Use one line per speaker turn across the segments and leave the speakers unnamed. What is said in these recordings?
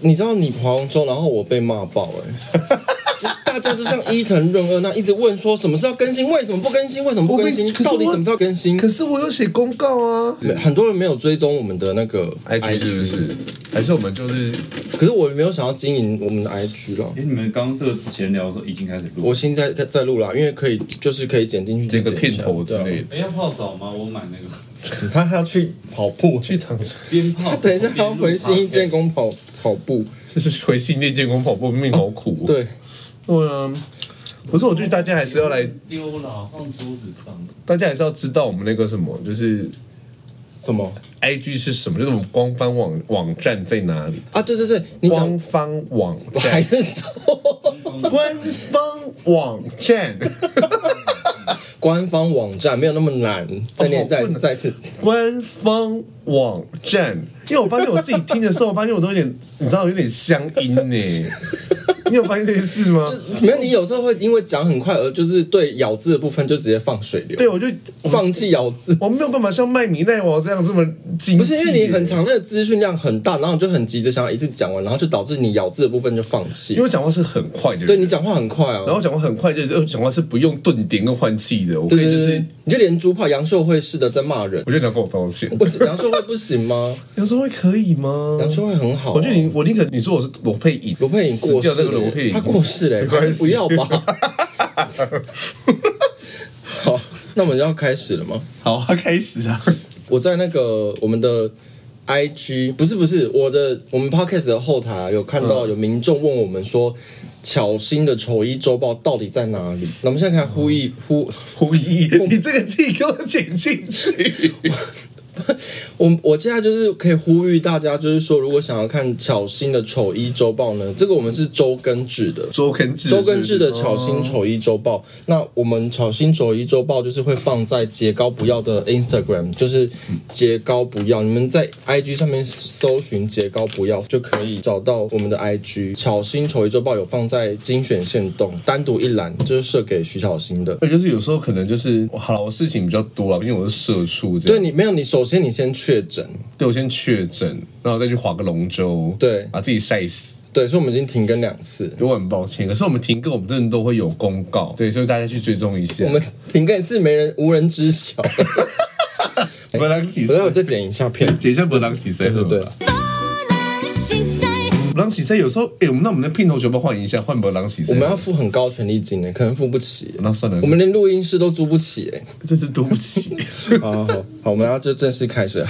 你知道你跑杭州，然后我被骂爆哎、 就是大家就像伊藤润二那一直问说什么时候更新，为什么不更新，为什么不更
我
新
跟，可是我
到底什么时候更新
可？是我有写公告啊
没很多人没有追踪我们的那个
，IG 是不是？还是我们就是
可是我没有想要经营我们的 IG 了
哎、。你们刚刚这个闲聊的时候已经开始录，
我现在在在录啦，因为可以就是可以剪进去
这
剪
个片头之
的。对
类
啊
的，
哎、要泡澡吗？我买那个
他还要去跑 步，
去躺着
边泡，
等一下还要回 新建工跑跑步。
就是回新店建工跑步，命好苦。
对，
对啊，不是，我觉得大家还是要来，
丢了，放桌子上。
大家还是要知道我们那个什么，就是
什么
IG 是什么，就是我们官方网网站在哪里？
啊？对对对，你讲
官方网
我 还
站，
是错。
官方网站，
官方网站没有那么难，再念再
哦不能
再次，
官方网站。因为我发现我自己听的时候，我发现我都有点，你知道，有点乡音 呢。你有发现这件事吗？
没有你有时候会因为讲很快而就是对咬字的部分就直接放水流，
对，我就
放弃咬字。
我没有办法像麦米奈娃这样这么精辟耶。
不是因为你很长，那个资讯量很大，然后你就很急着想要一次讲完，然后就导致你咬字的部分就放
因为
弃。
我讲话是很快的人，
对你讲话很快啊，
然后讲话很快，就是呃讲话是不用顿点跟换气的，我可
对
以
对
就
对，
是
对，你就连猪炮杨秀慧似的在骂人，
我觉得你要跟我道歉。
不是杨秀慧不行 吗？
杨宗纬可以吗？
杨秀慧很好啊、
我觉得你我宁可你说我是罗佩影，
罗佩颖过世
死掉那个罗
了
佩
耶，
影，
他过世了耶，
没关
还
系
是不要 吧。好，那我们要开始了吗？
好，他开始啊，
我在那个我们的 IG 不是不是我的我们 Podcast 的后台啊有看
嗯
到有民众问我们说。巧新的丑一周报到底在哪里？那我们现在看呼吁
嗯
呼，
胡一，你这个自己给我剪进去。
我我现在就是可以呼吁大家，就是说如果想要看巧新的丑一周报呢，这个我们是周更制的，
周根志，
周根志的巧
哦
心丑一周报，那我们巧心丑一周报就是会放在杰高不要的 Instagram，就是杰高不要，你们在 IG 上面搜寻杰高不要就可以找到我们的 IG。巧心丑一周报有放在精选线动单独一栏，就是设给徐巧心的。
对，就是有时候可能就是好了，我事情比较多了，毕竟我是社畜这
对
样。
你没有，你首先你先确诊，
对，我先确诊，然后再去划个龙舟，
对
把自己晒死。
对，所以我们已经停更两次。
我很抱歉，可是我们停更，我们真的都会有公告，对，所以大家去追踪一下。
我们停更一次没人无人知晓。
不能洗
我待会再剪一下片，
剪一下不能洗谁喝
对不对？
布朗洗塞有时候，哎、我们那我们的片头全部换一下，换布朗洗
我
塞。
们要付很高权利金的，可能付不起。
那算了，
我们连录音室都租不起哎、
这是对 不起。
好好好，好，我们要就正式开始。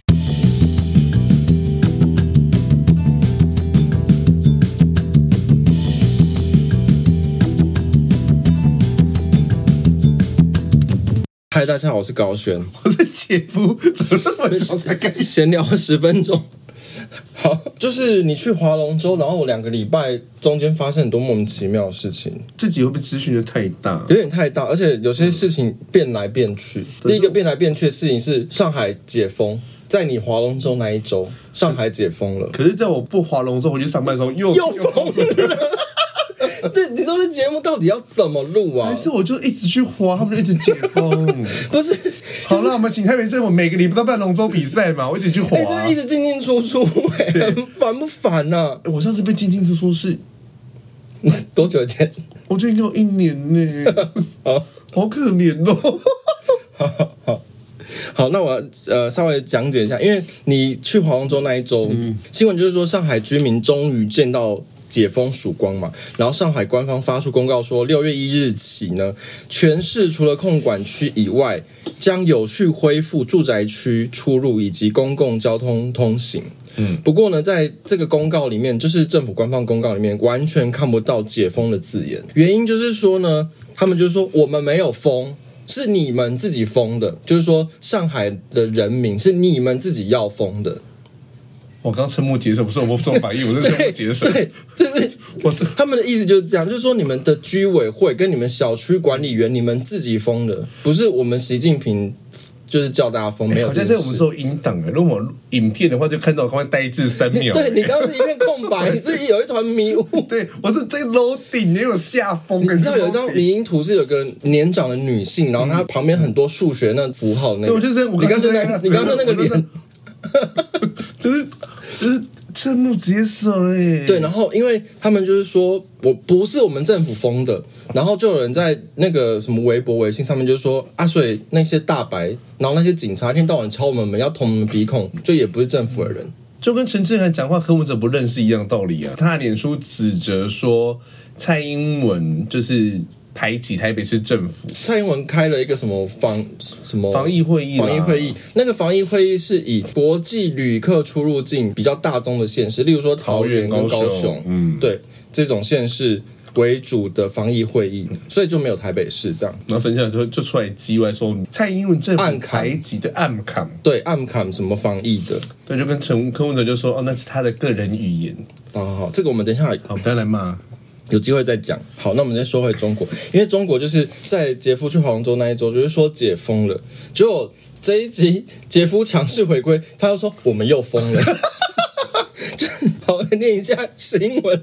嗨，大家好，我是高璇。
我是姐夫，怎么那么早才开始？
闲聊十分钟。好，就是你去划龙舟，然后我两个礼拜中间发生很多莫名其妙的事情，
这集会不会资讯的太大？
有点太大，而且有些事情变来变
嗯
去。第一个变来变去的事情是上海解封，在你划龙舟那一周，上海解封 了，
可是在我不划龙舟回去上班的时候，又
又封了。这你说这节目到底要怎么录啊
还？是我就一直去划，他们就一直解 封。
不是，
好了，我们请台北市政府每个礼拜都办龙舟比赛嘛，我一直去划。
哎、就是一直进进出出、哎，很烦不烦呐、
我上次被进进出出是，
啊？ 多久前？
我觉得应该有一年呢、
好，
好可怜哦。
好，那我呃稍微讲解一下，因为你去划龙舟那一周，新闻就是说上海居民终于见到。解封曙光嘛，然后上海官方发出公告说，六月一日起呢，全市除了控管区以外，将有序恢复住宅区出入以及公共交通通行。不过呢，在这个公告里面，就是政府官方公告里面，完全看不到解封的字眼。原因就是说呢，他们就是说我们没有封。是你们自己封的，就是说上海的人民是你们自己要封的，
我刚瞠目结舌，不是我不做反应，我是瞠目结 舌。
对，就是
我的
他们的意思就是这样，就是说你们的居委会跟你们小区管理员你们自己封的，不是我们习近平就是叫大家封，没有
哎好
这
像
件
在我们
事。
做音档哎，如果我影片的话，就看到我刚才呆滞三秒。
对你刚刚是一片空白，你自己有一团迷雾。
对，我是这个楼顶也有下风，
你知道有一张
这个 loading
迷因图是有个年长的女性，然后她旁边很多数学那符号的那个。
对我就是我
你刚
刚
刚那个，
刚那样子
你刚刚那个
我就是
脸，
就是就是瞠目结舌哎。
对，然后因为他们就是说我不是我们政府封的，然后就有人在那个什么微博、微信上面就说啊，所以那些大白，然后那些警察一天到晚敲我们门要捅我们鼻孔，就也不是政府的人。
就跟陈志涵讲话柯文哲不认识一样道理啊。他的脸书指责说蔡英文就是排挤台北市政府
蔡英文开了一个什么防什么
防疫会议啦，
哦防疫会议，那个防疫会议是以国际旅客出入境比较大宗的县市，例如说桃园跟
桃园
高
高雄
雄，嗯，对，这种县市为主的防疫会议，所以就没有台北市这样。
然后陈志涵就就出来叽歪说蔡英文政
暗
府
砍
排挤的暗砍，
对，暗砍什么防疫的？
对，就跟陈柯文哲就说哦那是他的个人语言，
哦好好好，这个我们等一下
好不要来骂。
有机会再讲。好，那我们再说回中国，因为中国就是在杰夫去黄州那一周，就是说解封了，结果这一集杰夫强势回归，他又说我们又封了。 好，我念一下新闻。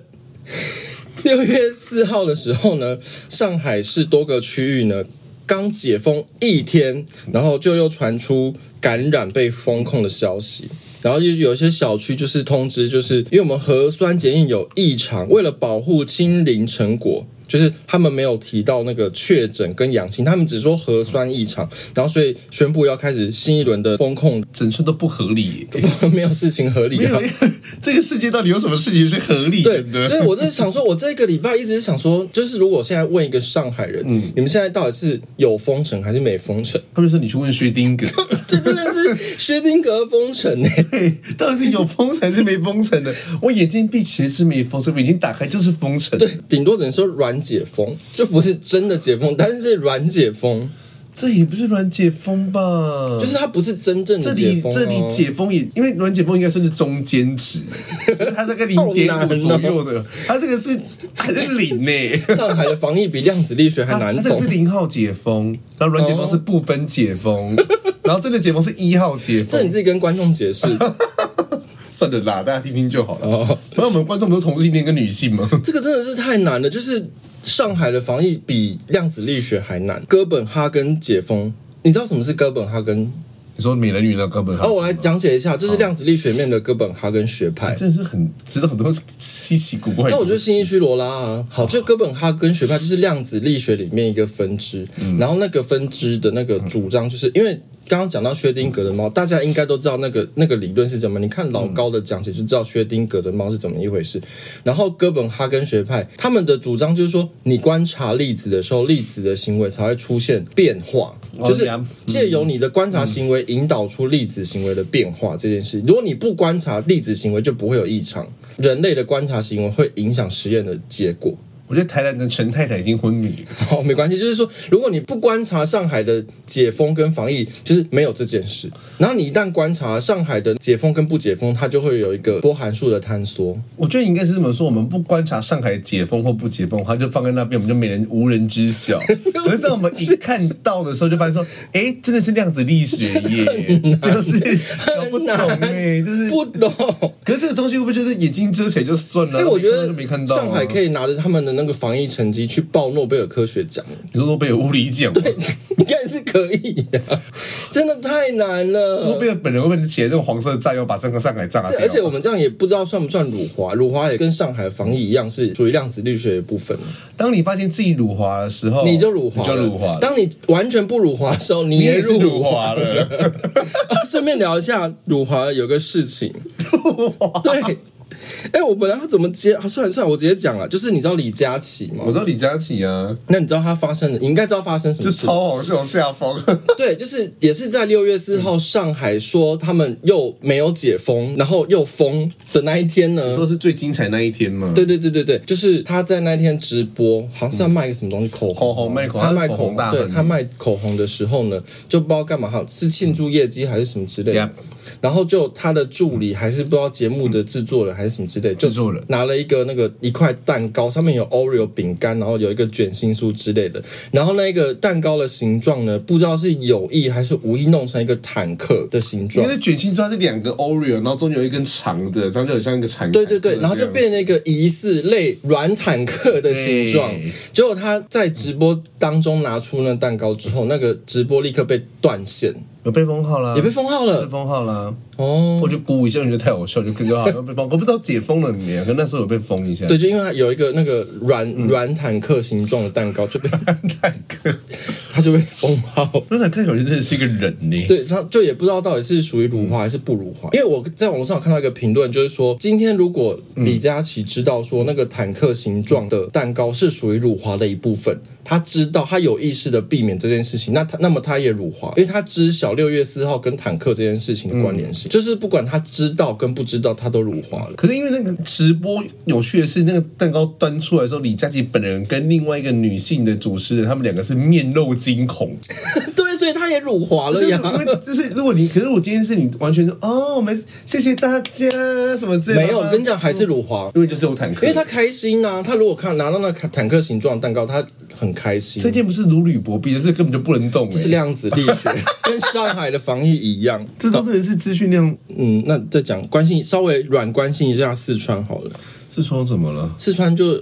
六月四号的时候呢，上海市多个区域呢刚解封一天，然后就又传出感染被封控的消息。然后就有一些小区就是通知，就是因为我们核酸检验有异常，为了保护清零成果，就是他们没有提到那个确诊跟阳性，他们只说核酸异常，然后所以宣布要开始新一轮的风控，
整串都不合理耶，
没有事情合理、啊，
没有 这个世界到底有什么事情是合理
对，
的呢？
所以我就是想说，我这个礼拜一直想说，就是如果我现在问一个上海人，
嗯
你们现在到底是有封城还是没封城？
他们说你去问薛丁格，
这真的是薛定谔封欸城呢、
嘿到底是有封城还是没封城的？我眼睛闭起来是没封城，眼睛打开就是封城。
对，顶多只能说软解封，就不是真的解封，但是是软解
嗯
封，
这也不是软解封吧？
就是它不是真正
这
的
里
解封、哦。
这里解封也，因为软解封应该算是中间值，就是它大概零
啊
点五左右的，它这个是还是零呢、
上海的防疫比量子力 学还
它
难
它啊这
懂哦
个是。零号解封，然后软解封是不分解封，然后真的解封是一号解
这你
封。
自己跟观众解 释，
算了啦，大家听听就好了。
哦
然后我们观众不是同性恋跟女性吗？
这个真的是太难了。就是上海的防疫比量子力学还难。哥本哈根解封，你知道什么是哥本哈根
你说美人鱼那根本
哦，我来，讲解一下，这是量子力学里面的哥本哈根学派。
真的是很知道很多稀奇古怪的
那
东西。
我就新一区罗拉啊，好，这哥本哈根学派就是量子力学里面一个分支，
嗯
然后那个分支的那个主张就是因为。刚刚讲到薛定谔的猫，大家应该都知道那个那个理论是什么。你看
嗯
老高的讲解就知道薛定谔的猫是怎么一回事。然后哥本哈根学派他们的主张就是说，你观察粒子的时候，粒子的行为才会出现变化，
哦
就是
这样
借由你的观察行为引导出粒子行为的变化这件事。如果你不观察粒子行为，就不会有异常。人类的观察行为会影响实验的结果。
我觉得台南的陈太太已经昏迷了。
好，没关系，就是说，如果你不观察上海的解封跟防疫，就是没有这件事。然后你一旦观察上海的解封跟不解封，它就会有一个波函数的坍缩。
我觉得应该是这么说：我们不观察上海解封或不解封，它就放在那边，我们就没人无人知 晓。可是在我们一看到的时候，就发现说：哎，真的是量子力学耶，就是搞不懂哎，就是。
不 懂。
可是这个东西会不会就是眼睛遮起来就算
因
了？
为我觉
没看
得
到就没看到啊。
上海可以拿着他们的那个防疫成绩去报诺贝尔科学奖，
你说诺贝尔物理奖吗，对，
应该是可以的、真的太难
诺
了。
贝尔本人会不会写那种黄色炸药把整个上海炸掉？
而且我们这样也不知道算不算辱华，辱华也跟上海防疫一样是属于量子力学的部分，
当你发现自己辱华的时候，
你就辱华
哦你就
了。
辱华了，
当你完全不辱华的时候，你
你
也
也是
辱
辱华了。
啊，顺便聊一下辱华有个事情，对，哎、我本来要怎么接？啊、算了算了，我直接讲了，就是你知道李佳琦吗
我？知道李佳琦啊，
那你知道他发生的，你应该知道发生什么
就
事。
超好笑下风。
对，就是也是在六月四号，上海说他们又没有解封，然后又封的那一天呢
说？是最精彩那一天嘛？
对对对对对，就是他在那天直播，好像是要卖个什么东西，口红
口红卖口红
他卖
嗯他是口红大亨
对他卖口红的时候呢，就不知道干嘛，好像是庆祝业绩还是什么之类的
Yep。
然后就他的助理还是不知道节目的制作人还是什么之类，就
制作人
拿了一个那个一块蛋糕，上面有 Oreo 饼干，然后有一个卷心酥之类的。然后那个蛋糕的形状呢，不知道是有意还是无意弄成一个坦克的形
因
状
为。那卷心砖是两个 Oreo，然后中间有一根长的，这样就很像一个长。
对对对，然后就变成一个疑似类软坦克的形状
对。
结果他在直播当中拿出那蛋糕之后，那个直播立刻被断线，
有被封号了嗯
也被封号
被
了。
封号了。
哦，
我就估一下，我觉得太好笑，就跟就好像被封，我不知道解封了没，啊可那时候有被封一下。
对，，就因为它有一个那个软软坦克形状的蛋糕，就被
坦克，
它就被封号。
那坦克小真的是一个人呢。
对，他就也不知道到底是属于辱华还是不辱华，因为我在网络上有看到一个评论，就是说今天如果李佳琦知道说那个坦克形状的蛋糕是属于辱华的一部分，他知道他有意识的避免这件事情，那他那么他也辱华，因为他知晓六月四号跟坦克这件事情的关联性，就是不管他知道跟不知道，他都辱华了。
可是因为那个直播有趣的是，那个蛋糕端出来的时候，李佳琦本人跟另外一个女性的主持人，他们两个是面露惊恐。
对，所以他也辱华了
对，
呀
因。为就是如果你，可是我今天是你完全说哦，没事谢谢大家什么之类的。
没有，我跟你讲，还是辱华。
因为就是有坦克，
因为他开心呐、啊，他如果看拿到那个坦克形状的蛋糕，他很开心。
最近不是如履薄冰，这根本就不能动、欸，
是量子力 学，跟上海的防疫一样。
这都真的是资讯量。
嗯，那再讲关心，稍微软关心一下四川好了。
是说怎么了？
四川就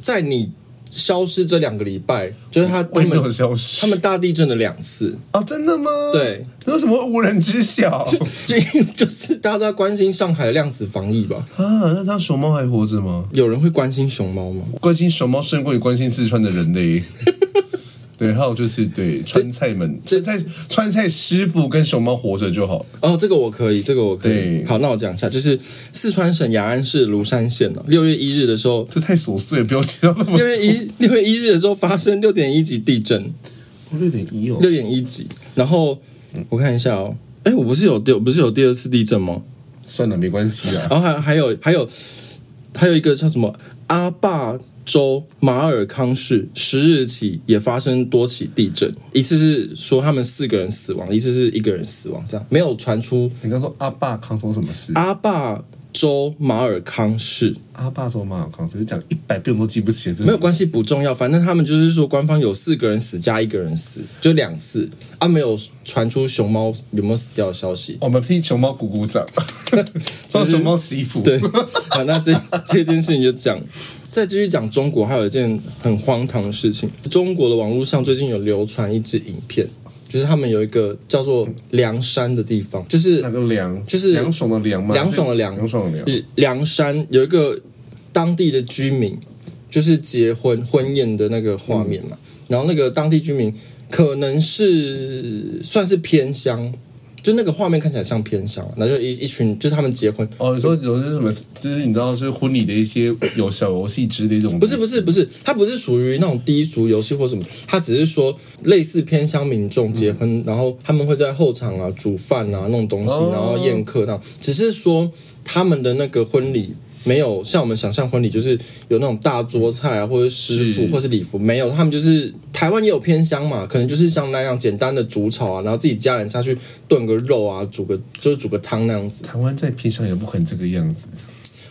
在你消失这两个礼拜，就是他
我
他
也没有
们
消失。
他们大地震了两次，
哦，真的吗？，
对，
这有什么无人知晓
就就是大家都在关心上海的量子防疫吧？
啊？那他熊猫还活着吗？
有人会关心熊猫吗？
关心熊猫胜过于关心四川的 人类。对，还有就是对川菜们，
这
川菜川菜师傅跟熊猫活着就好。
哦，这个我可以，这个我可以。
对
好，那我讲一下，就是四川省雅安市庐山县了，六月一日的时候。
这太琐碎了，不要提到那 么
六月一六月一日的时候发生六点一级地震，
六点一哦。
六点一级。然后我看一下哦，哎，我不是有第不是有第二次地震吗？
算了，没关系啊啦。
然后还还有还有还有一个叫什么阿坝州马尔康市，十日起也发生多起地震，一次是说他们四个人死亡，一次是一个人死亡，这样没有传出
你刚说阿爸康说什么事？
阿坝州马尔康市。
阿爸说马尔康，只是讲一百遍我都记不起来，真的
没有关系，不重要。反正他们就是说，官方有四个人死加一个人死，就两次啊，没有传出熊猫有没有死掉的消 息。
我们替熊猫鼓鼓掌， 帮熊猫洗衣服。
对，好，那这这件事情就讲，再继续讲中国，还有一件很荒唐的事情，中国的网络上最近有流传一支影片，就是他们有一个叫做凉山的地方，就是
那个凉
就是
凉爽的凉嘛，
凉爽的嗯凉，
凉爽的凉。
是凉山有一个当地的居民，就是结婚婚宴的那个画面嘛。然后那个当地居民可能是算是偏乡，就那个画面看起来像偏乡，然后就一一群就是他们结婚，
哦，你说有些什么，就是你知道，就是婚礼的一些有小游戏之类这种，
不是不是不是，它不是属于那种低俗游戏或什么，它只是说类似偏乡民众结婚，然后他们会在后场啊煮饭啊弄东西，
哦
然后宴客那样，只是说他们的那个婚礼。没有像我们想象婚礼，就是有那种大桌菜啊，或者师傅，
是
或是礼服，没有。他们就是台湾也有偏乡嘛，可能就是像那样简单的煮炒啊，然后自己家人下去炖个肉啊，煮个就是煮个汤那样子。
台湾在偏向也不可能这个样子，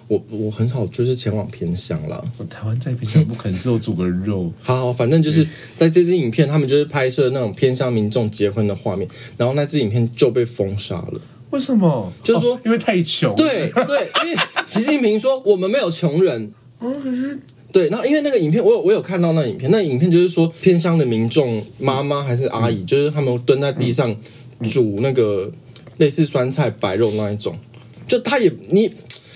我我很少就是前往偏乡啦。
台湾在偏向不可能只有煮个 肉，
好好，反正就是在这支影片，他们就是拍摄那种偏向民众结婚的画面，然后那支影片就被封杀了。
为什么？
就是说
哦因为太穷，
对对，因为习近平说我们没有穷人。
哦
对，然后因为那个影片，我有我有看到那影片，那影片就是说偏乡的民众妈妈还是阿
嗯
姨，就是他们蹲在地上煮那个类似酸菜白肉那一种，就他也你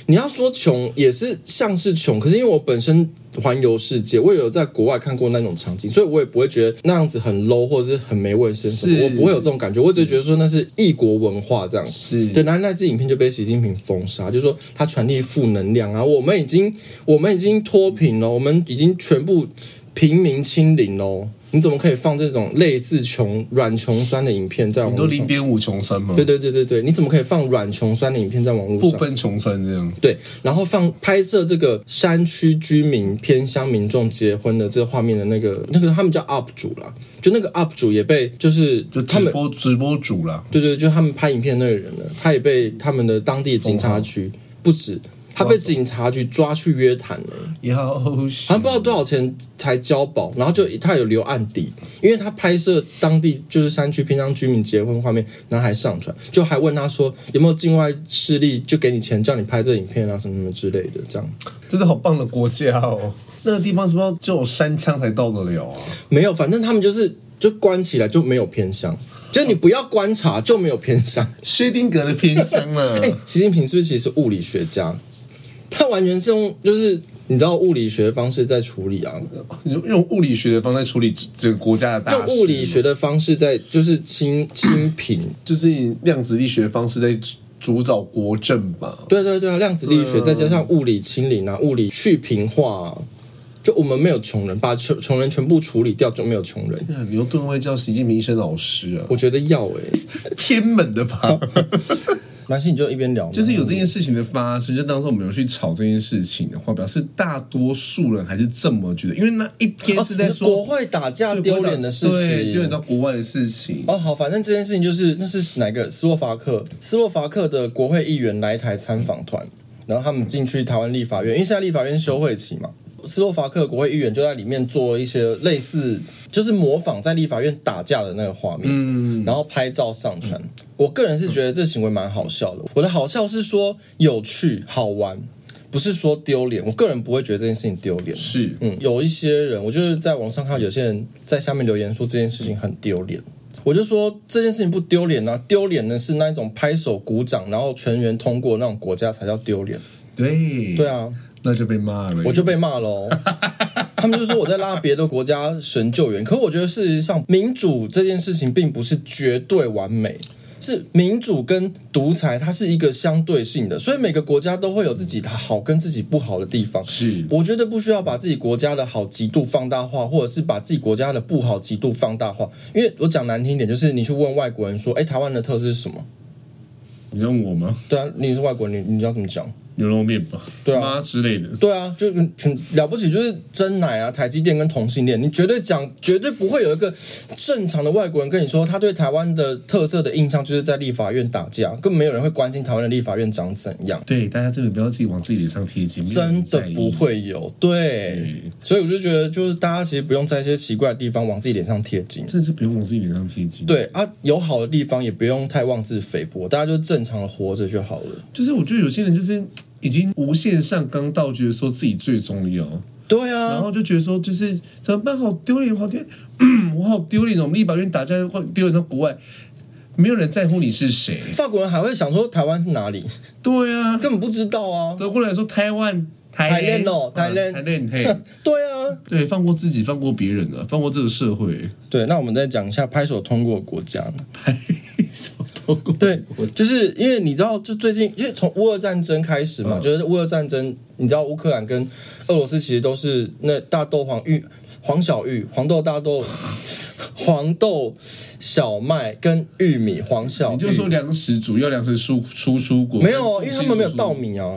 你要说穷也是像是穷，可是因为我本身环游世界，我也有在国外看过那种场景，所以我也不会觉得那样子很 low 或者是很没卫生什么，
是
我不会有这种感觉，我只是觉得说那是异国文化这样。
是
对，然后那支影片就被习近平封杀，就说他传递负能量啊，我们已经我们已经脱贫了，我们已经全部平民清零喽，你怎么可以放这种类似穷软穷酸的影片在网
你都
络
零
上？
点五穷酸吗？
对，对对对对，你怎么可以放软穷酸的影片在网络
不
上？
分穷酸这样。
对，然后放拍摄这个山区居民偏乡民众结婚的这个画面的那个那个他们叫 UP 主啦，就那个 UP 主也被就是
就
他
直
们
播直播主啦，
对对，就他们拍影片的那个人呢，他也被他们的当地警察局不止，他被警察局抓去约谈了，
要
好像不知道多少钱才交保，然后就他有留案底，因为他拍摄当地就是山区偏乡居民结婚画面，然后还上传，就还问他说有没有境外势力就给你钱叫你拍这影片啊什么什么之类的，这样
真的好棒的国家哦。那个地方是不是只有山枪才到得了啊？
没有，反正他们就是就关起来就没有偏乡，就是你不要观察就没有偏向。
薛定谔的偏乡啊了。
哎、习近平是不是其实是物理学家？他完全是用就是你知道物理学的方式在处理啊，
用用物理学的方式处理这这个国家的大
用
事，
物理学的方式在就是清清平。
就是以量子力学的方式在主主导国政吧。
对对对啊，量子力学、再加上物理清零啊，物理去平化、啊，就我们没有穷人，把穷穷人全部处理掉就没有穷人。
哎呀牛顿会叫习近平医生老师啊，
我觉得要哎、
偏门的 吧？
蛮系你就一边聊嘛，
就是有这件事情的发生，就当时我们有去吵这件事情的话，表示大多数人还是这么觉得，因为那一篇
哦
是在
你国
说
会打架
对
丢脸的事
对，丢
情。
脸到国外的事情。
哦，好，反正这件事情就是那是哪个斯洛伐克斯洛伐克的国会议员来台参访团，然后他们进去台湾立法院，因为现在立法院休会期嘛，斯洛伐克国会议员就在里面做一些类似就是模仿在立法院打架的那个画面，嗯，然后拍照上传。我个人是觉得这行为蛮好笑的，我的好笑是说有趣好玩，不是说丢脸。我个人不会觉得这件事情丢脸，
是，
嗯，有一些人，我就是在网上看到有些人在下面留言说这件事情很丢脸，我就说这件事情不丢脸啊，丢脸的是那一种拍手鼓掌，然后全员通过那种国家才叫丢脸。
对，
对，啊，
那就被骂了。
我就被骂喽。 他们就说我在拉别的国家神救援，可我觉得事实上，民主这件事情并不是绝对完美，是民主跟独裁它是一个相对性的，所以每个国家都会有自己它好跟自己不好的地方。
是
我觉得不需要把自己国家的好极度放大化，或者是把自己国家的不好极度放大化。因为我讲难听一点，就是你去问外国人说：“哎，台湾的特色是什么
你问我吗？？”
对啊，你是外国人，你你要怎么讲？
牛肉面吧，
对啊
妈之类的。
对啊，就嗯了不起，就是真奶啊，台积电跟同性恋，你绝对讲，绝对不会有一个正常的外国人跟你说，他对台湾的特色的印象就是在立法院打架，根本没有人会关心台湾的立法院长怎样，
对，大家真的不要自己往自己脸上贴金，没有人
真的
在意
不。会有。对，所以我就觉得，就是大家其实不用在一些奇怪的地方往自己脸上贴金。
真的是不用往自己脸上贴金。，
对啊，有好的地方也不用太妄自菲薄，大家就正常的活着就好了。
就是我觉得有些人就是已经无限上纲到，觉得说自己最重要，
对
然
啊，
后就觉得说就是怎么办，好丢脸，好丢 脸，我好丢脸哦！我们立法院打架，丢脸到国外，没有人在乎你是谁。
法国人还会想说台湾是哪里，
对啊，
根本不知道啊。
德国人来说，台湾。台啊
台湾哦台湾
台湾嘿，
对啊，
对，放过自己，放过别人啊，放过这个社会，
对，那我们再讲一下拍手通过国家。
拍手通 过。
对，就是因为你知道，就最近因为从乌俄战争开始嘛，
嗯
就是乌俄战争，你知道乌克兰跟俄罗斯其实都是那大豆黄玉、黄小玉、黄豆大豆、 黄豆小麦跟玉米黄小
你
玉，
就说粮食主要粮食输输出国
没有，因为他们没有稻
稻
米啊，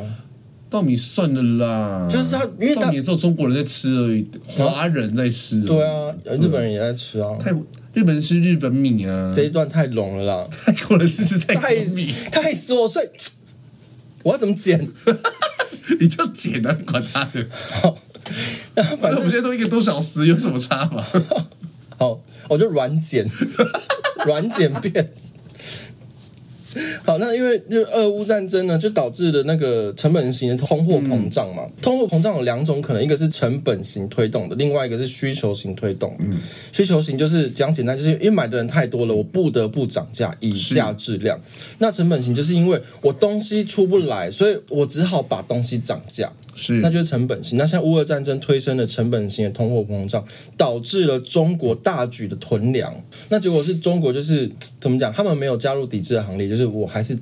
稻米算了啦，
就是他因为他
稻米只有中国人在吃而已，华人在吃而已。
对啊，日本人也在吃啊，
泰国日本是日本米啊，
这一段太拢了啦，
泰国人是泰
太
国米，
太琐碎，我要怎么剪？
你就简单管他的，
反
反正我
正
们现在都一个多小时，有什么差 吗？
好，我就软剪， 软剪变。好，那因为就俄乌战争呢，就导致的那个成本型的通货膨胀嘛。通货膨胀有两种可能，一个是成本型推动的，另外一个是需求型推动。嗯，需求型就是讲简单，就是因为买的人太多了，我不得不涨价以价质量。那成本型就是因为我东西出不来，所以我只好把东西涨价。
是
那就是成本型。那现在乌俄战争推升了成本型的通货膨胀，导致了中国大举的囤粮。那结果是中国就是怎么讲，他们没有加入抵制的行列，就是我还是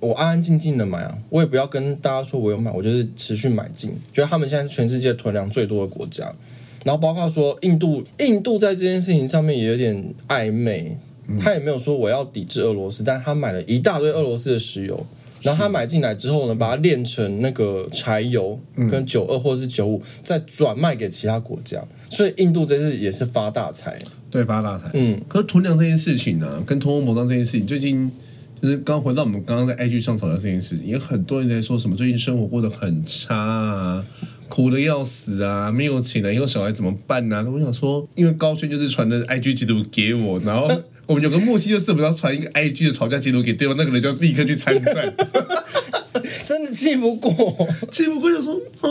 我安安静静的买啊，我也不要跟大家说我有买，我就是持续买进。觉得他们现在是全世界囤粮最多的国家。然后包括说印度，印度在这件事情上面也有点暧昧，他也没有说我要抵制俄罗斯，但他买了一大堆俄罗斯的石油，然后他买进来之后呢，把它
嗯
炼成那个柴油跟九二或者是九五，再转卖给其他国家，所以印度这次也是发大财。
对发大财。
嗯，
可是囤粮这件事情呢、跟通货膨胀这件事情，最近就是刚回到我们刚刚在 IG 上讨论这件事情，也很多人在说什么最近生活过得很差啊，苦的要死啊，没有钱了，以后小孩怎么办呢、啊？我想说，因为高轩就是传的 IG 截图给我，然后我们有个默契就是，不要传一个 IG 的吵架截图给对方，那个人就立刻去参战。
真的气不过，
气不过就说啊，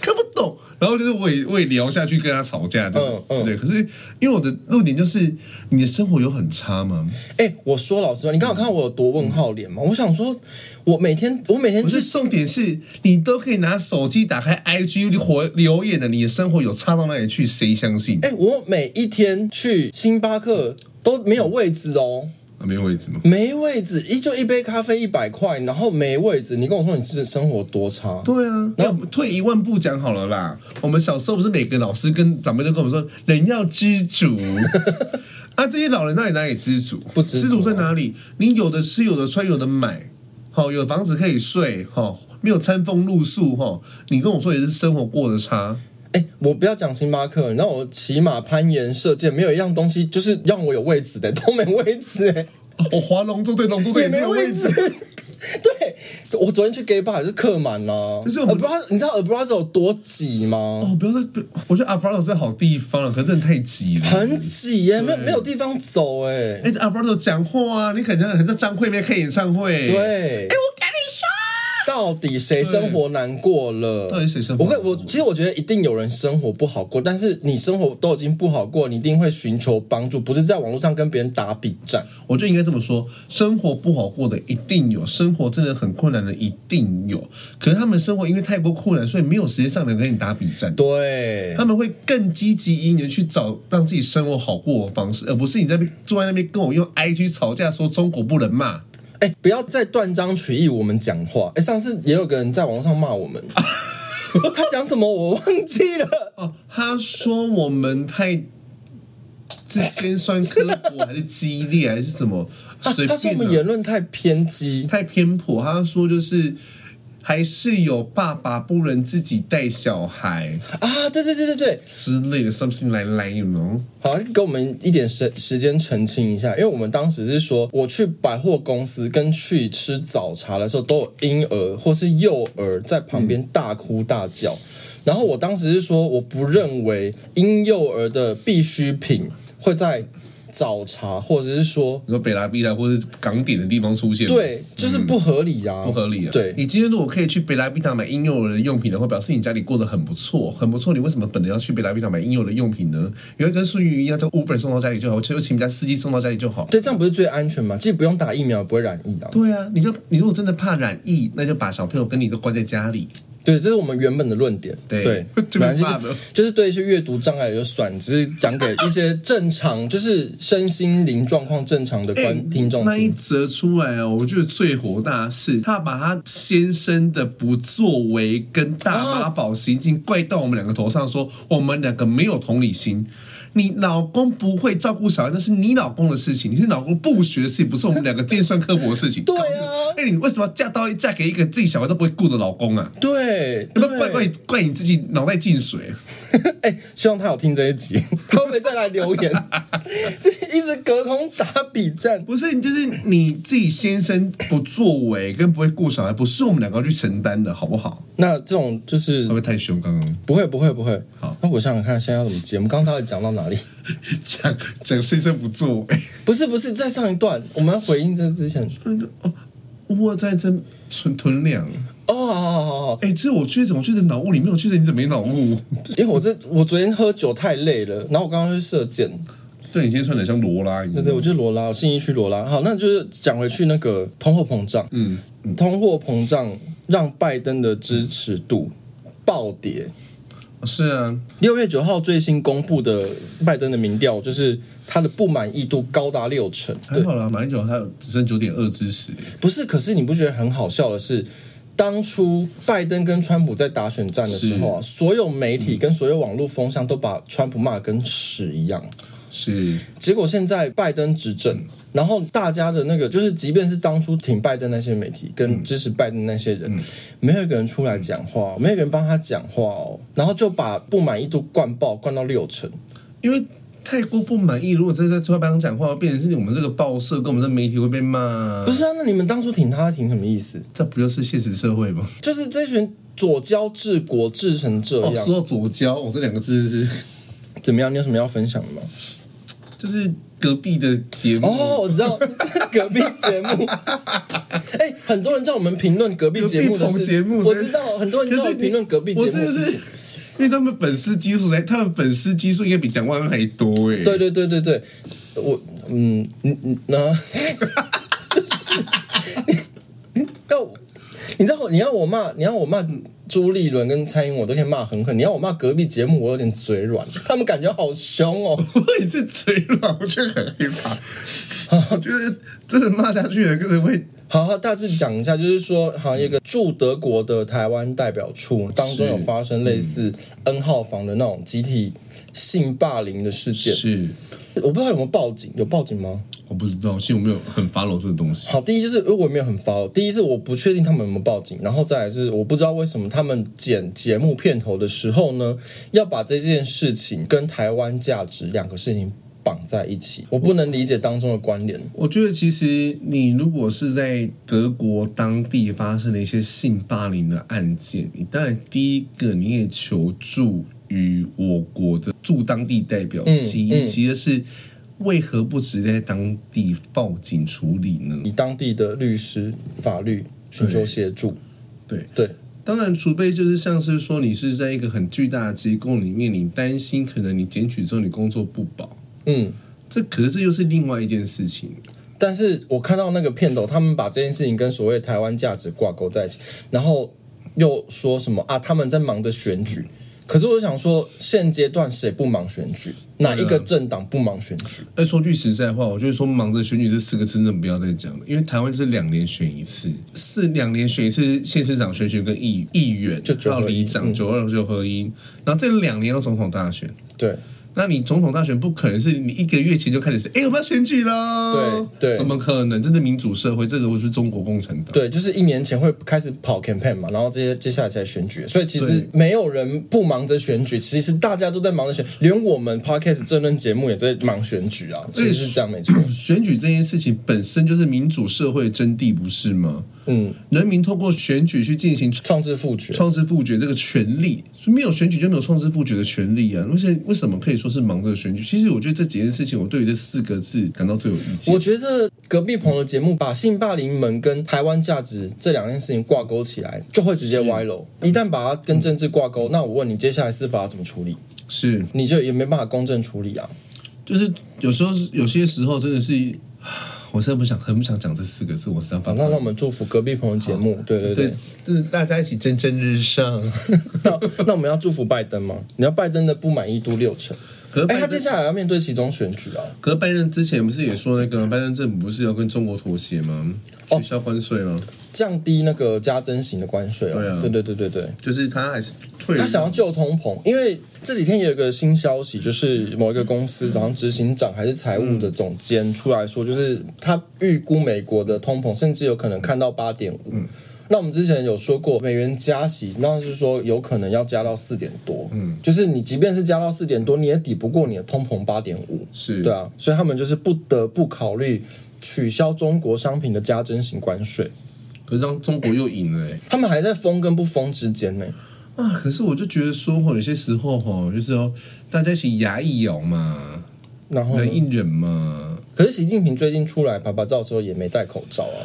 看不懂，然后就是我也我也聊下去跟他吵架，对
嗯
不对
嗯
对不对？可是因为我的论点就是，你的生活有很差吗？
哎、我说老实话，你刚好看到我有多问号脸吗？我想说，我每天我每天
不
去
是，重点是你都可以拿手机打开 IG 活留言的，你的生活有差到哪里去？谁相信？
哎、我每一天去星巴克都没有位置哦，
啊没有位置吗？
没位置，一就一杯咖啡一百块，然后没位置，你跟我说你是生活多差？
对啊，那我们退一万步讲好了啦。我们小时候不是每个老师跟长辈都跟我们说，人要 知足。啊，这些老人到底哪里知足？
不知足啊
在哪里？你有的吃，有的穿，有的买，好、有房子可以睡，好、没有餐风露宿，哈、你跟我说也是生活过得差，
哎、我不要讲星巴克，你知道我骑马、攀岩、射箭，没有一样东西就是让我有位置的，都没位置哎、
我、哦、划龙舟队，龙舟队
也没
有位置。。
对，我昨天去 gay bar 也是客满啦、
可是我们
Abra- 你知道 Abrazo 有多挤吗？
哦，不要再，不我觉得阿巴罗是好地方了，可是真的太挤了。
很挤耶、没有没有地方走哎、
哎，阿巴罗讲话啊，你可能很像张惠妹开演唱会。
对，
哎，我跟你说。
到底谁生活难过了？
到底谁生活
我
难
会，
过
我其实我觉得一定有人生活不好过，但是你生活都已经不好过，你一定会寻求帮助，不是在网络上跟别人打比战。
我就应该这么说：生活不好过的一定有，生活真的很困难的一定有。可是他们生活因为太过困难，所以没有时间上来跟你打比战。
对
他，们会更积极一点去找让自己生活好过的方式，而不是你在那边坐在那边跟我用 IG 吵架，说中国不能骂。
哎、不要再断章取义我们讲话。哎、上次也有个人在网络上骂我 们，他讲什么我忘记了。
哦，他说我们太。是尖酸刻薄，还是激烈，还是什么？
啊
随
他说我
便、
们
啊
言、论太偏激，
太偏颇。他说就是，还是有爸爸不能自己带小孩。
啊，对对对对对，
之类的 something like that you know。
好，给我们一点时时间澄清一下，因为我们当时是说，我去百货公司跟去吃早茶的时候，都有婴儿或是幼儿在旁边大哭大叫，然后我当时是说，我不认为婴幼儿的必需品会在早茶或者是说。
你说北拉比达或是港点的地方出现，，
对，就是不合理啊，
嗯不合理啊。
对，
你今天如果可以去北拉比达买婴幼儿的用品的话，表示你家里过得很不错，很不错。你为什么本来要去北拉比达买婴幼儿的用品呢？因为跟顺玉一样，叫 Uber 送到家里就好，就请人家司机送到家里就好。
对，这样不是最安全吗？既不用打疫苗，也不会染疫啊。
对啊，你就你如果真的怕染疫，那就把小朋友跟你都关在家里。
对，这是我们原本的论点。
对
对，
这
本来
边
就
骂
是
的
就是对一些阅读障碍也就算，只是讲给一些正常，就是身心灵状况正常的观听众
哎那一
听。
则出来哦，我觉得最火大的是他把他先生的不作为跟大妈宝行径怪到我们两个头上说，我们两个没有同理心。你老公不会照顾小孩，那是你老公的事情，你是老公不学的事情，不是我们两个尖酸刻薄的事 情。
对啊
搞哎那你为什么要嫁到嫁给一个自己小孩都不会顾的老公啊？
对，
要不要怪怪
对，
怪你自己脑袋进水？
哎，希望他有听这一集， 他会不会再来留言？ 这一直隔空打比战，
不是，就是你自己先生不作为跟不会顾小孩，不是我们两个要去承担的，好不好？
那这种就是
会不会太凶？刚刚。
不会不会不会。
好
那我想想看，现在要怎么接？我们刚刚到底讲到哪里？
讲讲先生不 作为，
不是不是，在上一段我们要回应这之前，
哦，乌俄战争存囤粮，
哦，好好好好，
哎、这我确诊，我确诊脑雾里面，我确诊你怎么没脑雾？
因为我这我昨天喝酒太累了，然后我刚刚去射箭，
对你今天穿的像罗拉一
对
样，
对，我就是罗拉，我信义区罗拉。好，那就是讲回去那个通货膨胀，嗯，通货膨胀让拜登的支持度暴跌。
是啊，
六月九号最新公布的拜登的民调，就是他的不满意度高达六成。
还
对，
好啦，马英九还有只剩九点二支持，
不是，可是你不觉得很好笑的是？当初拜登跟川普在打选战的时候啊，所有媒体跟所有网络风向都把川普骂得跟屎一样。
是
结果现在拜登执政，然后大家的那个就是，即便是当初挺拜登那些媒体跟支持拜登那些人，没有一个人出来讲话，没有一个人帮他讲话哦，然后就把不满意度灌爆，灌到六成。
因为。太过不满意，如果真的在出来帮讲话，变成是我们这个报社跟我们这媒体会被骂、
不，是啊，那你们当初挺他挺什么意思？
这不就是现实社会吗？
就是这群左交治国治成这
哦，
样，
说到左交，我、这两个字是
怎么样？你有什么要分享的吗？
就是隔壁的节目
哦，我知道，是隔壁节 目。哎、很多人叫我们评论隔壁节目的
隔壁棚
事
节目
我知道，很多人叫我
可是你
评论隔壁节目的
我真
事
的
情
是。因为他们粉丝基数才，他们粉丝基数应该比蒋万安还多哎、
对对对对对，我嗯嗯嗯，那 就是你要我你知道你要我骂你要我骂朱立伦跟蔡英文，我都可以骂很狠。你要我骂隔壁节目，我有点嘴软，他们感觉好凶哦。
我也是嘴软，我觉得很害 怕。我觉得真的骂下去了，可能会
好，好大致讲一下，就是说，好像有一个驻德国的台湾代表
嗯
处当中有发生类似 N 号房的那种集体性霸凌的事件，
是
我不知道有没有报警，有报警吗？
我不知道，其实我没有很 follow 这个东西。
好，第一就是呃我也没有很 follow，第一是我不确定他们有没有报警，然后再来是我不知道为什么他们剪节目片头的时候呢，要把这件事情跟台湾价值两个事情绑在一起，我不能理解当中的关联。
我觉得其实你如果是在德国当地发生了一些性霸凌的案件，你当然第一个你也求助于我国的驻当地代表，
嗯
其一，
嗯
其二是为何不直接在当地报警处理呢？
以当地的律师、法律寻求协助，
对
对。
当然，除非就是像是说你是在一个很巨大的机构里面，你担心可能你检举之后你工作不保，
嗯，
这可是又是另外一件事情。
但是我看到那个片头，他们把这件事情跟所谓台湾价值挂钩在一起，然后又说什么啊，他们在忙着选举。可是我想说，现阶段谁不忙选举？哪一个政党不忙选举？
而哎说句实在话，我就是说忙着选举这四个字真的不要再讲了，因为台湾就是两年选一次，是两年选一次县市长选举跟议议员
就九合
到
一
里
嗯
长九二九合一，然后这两年要总统大选。
对，
那你总统大选不可能是你一个月前就开始说，哎、我们要选举喽？
对对
怎么可能？这是民主社会，这个我是中国共产党。
对，就是一年前会开始跑 campaign 嘛，然后接接下来才选举，所以其实
对
没有人不忙着选举，其实大家都在忙着选，连我们 podcast 政论节目也在忙选举啊，其实是这样没错。
选举这件事情本身就是民主社会的真谛，不是吗？
嗯，
人民透过选举去进行
创制复决，
创制复决这个权利，所以没有选举就没有创制复决的权利啊。为什为什么可以说是忙着选举？其实我觉得这几件事情，我对于这四个字感到最有意见
我。觉得隔壁棚的节目把性霸凌门跟台湾价值这两件事情挂钩起来，就会直接歪楼。
嗯
一旦把它跟政治挂钩，那我问你，接下来司法要怎么处理？
是，
你就也没办法公正处理啊。
就是有时候有些时候真的是， 我真的不想很不想讲这四个字，我实在
好，
办
那让
法。
我们祝福隔壁棚的节目，对对
嗯对
对。，
就是大家一起蒸蒸日 上。
那那我们要祝福拜登吗？你要拜登的不满意度六成，
可是
哎，
拜
他
登
接下来要面对其中选举啊。
可是拜登之前不是也说那个拜登政府不是要跟中国妥协吗？
哦
取消关税吗？
降低那个加征型的关税
对
啊
啊，
对对对对对，
就是他还是退了。
他想要救通膨，因为这几天也有一个新消息，就是某一个公司，好像执行长还是财务的总监出来说，就是他预估美国的通膨，甚至有可能看到八点五。那我们之前有说过，美元加息，那就是说有可能要加到四点多，嗯，就是你即便是加到四点多，你也抵不过你的通膨八点五，
是
对啊，所以他们就是不得不考虑取消中国商品的加征型关税，
可是让中国又赢了、欸、
他们还在封跟不封之间呢、
啊！可是我就觉得说吼，有些时候吼，就是哦，大家一起牙一咬嘛，
然后呢
忍一忍嘛。
可是习近平最近出来拍拍照的时候也没戴口罩啊，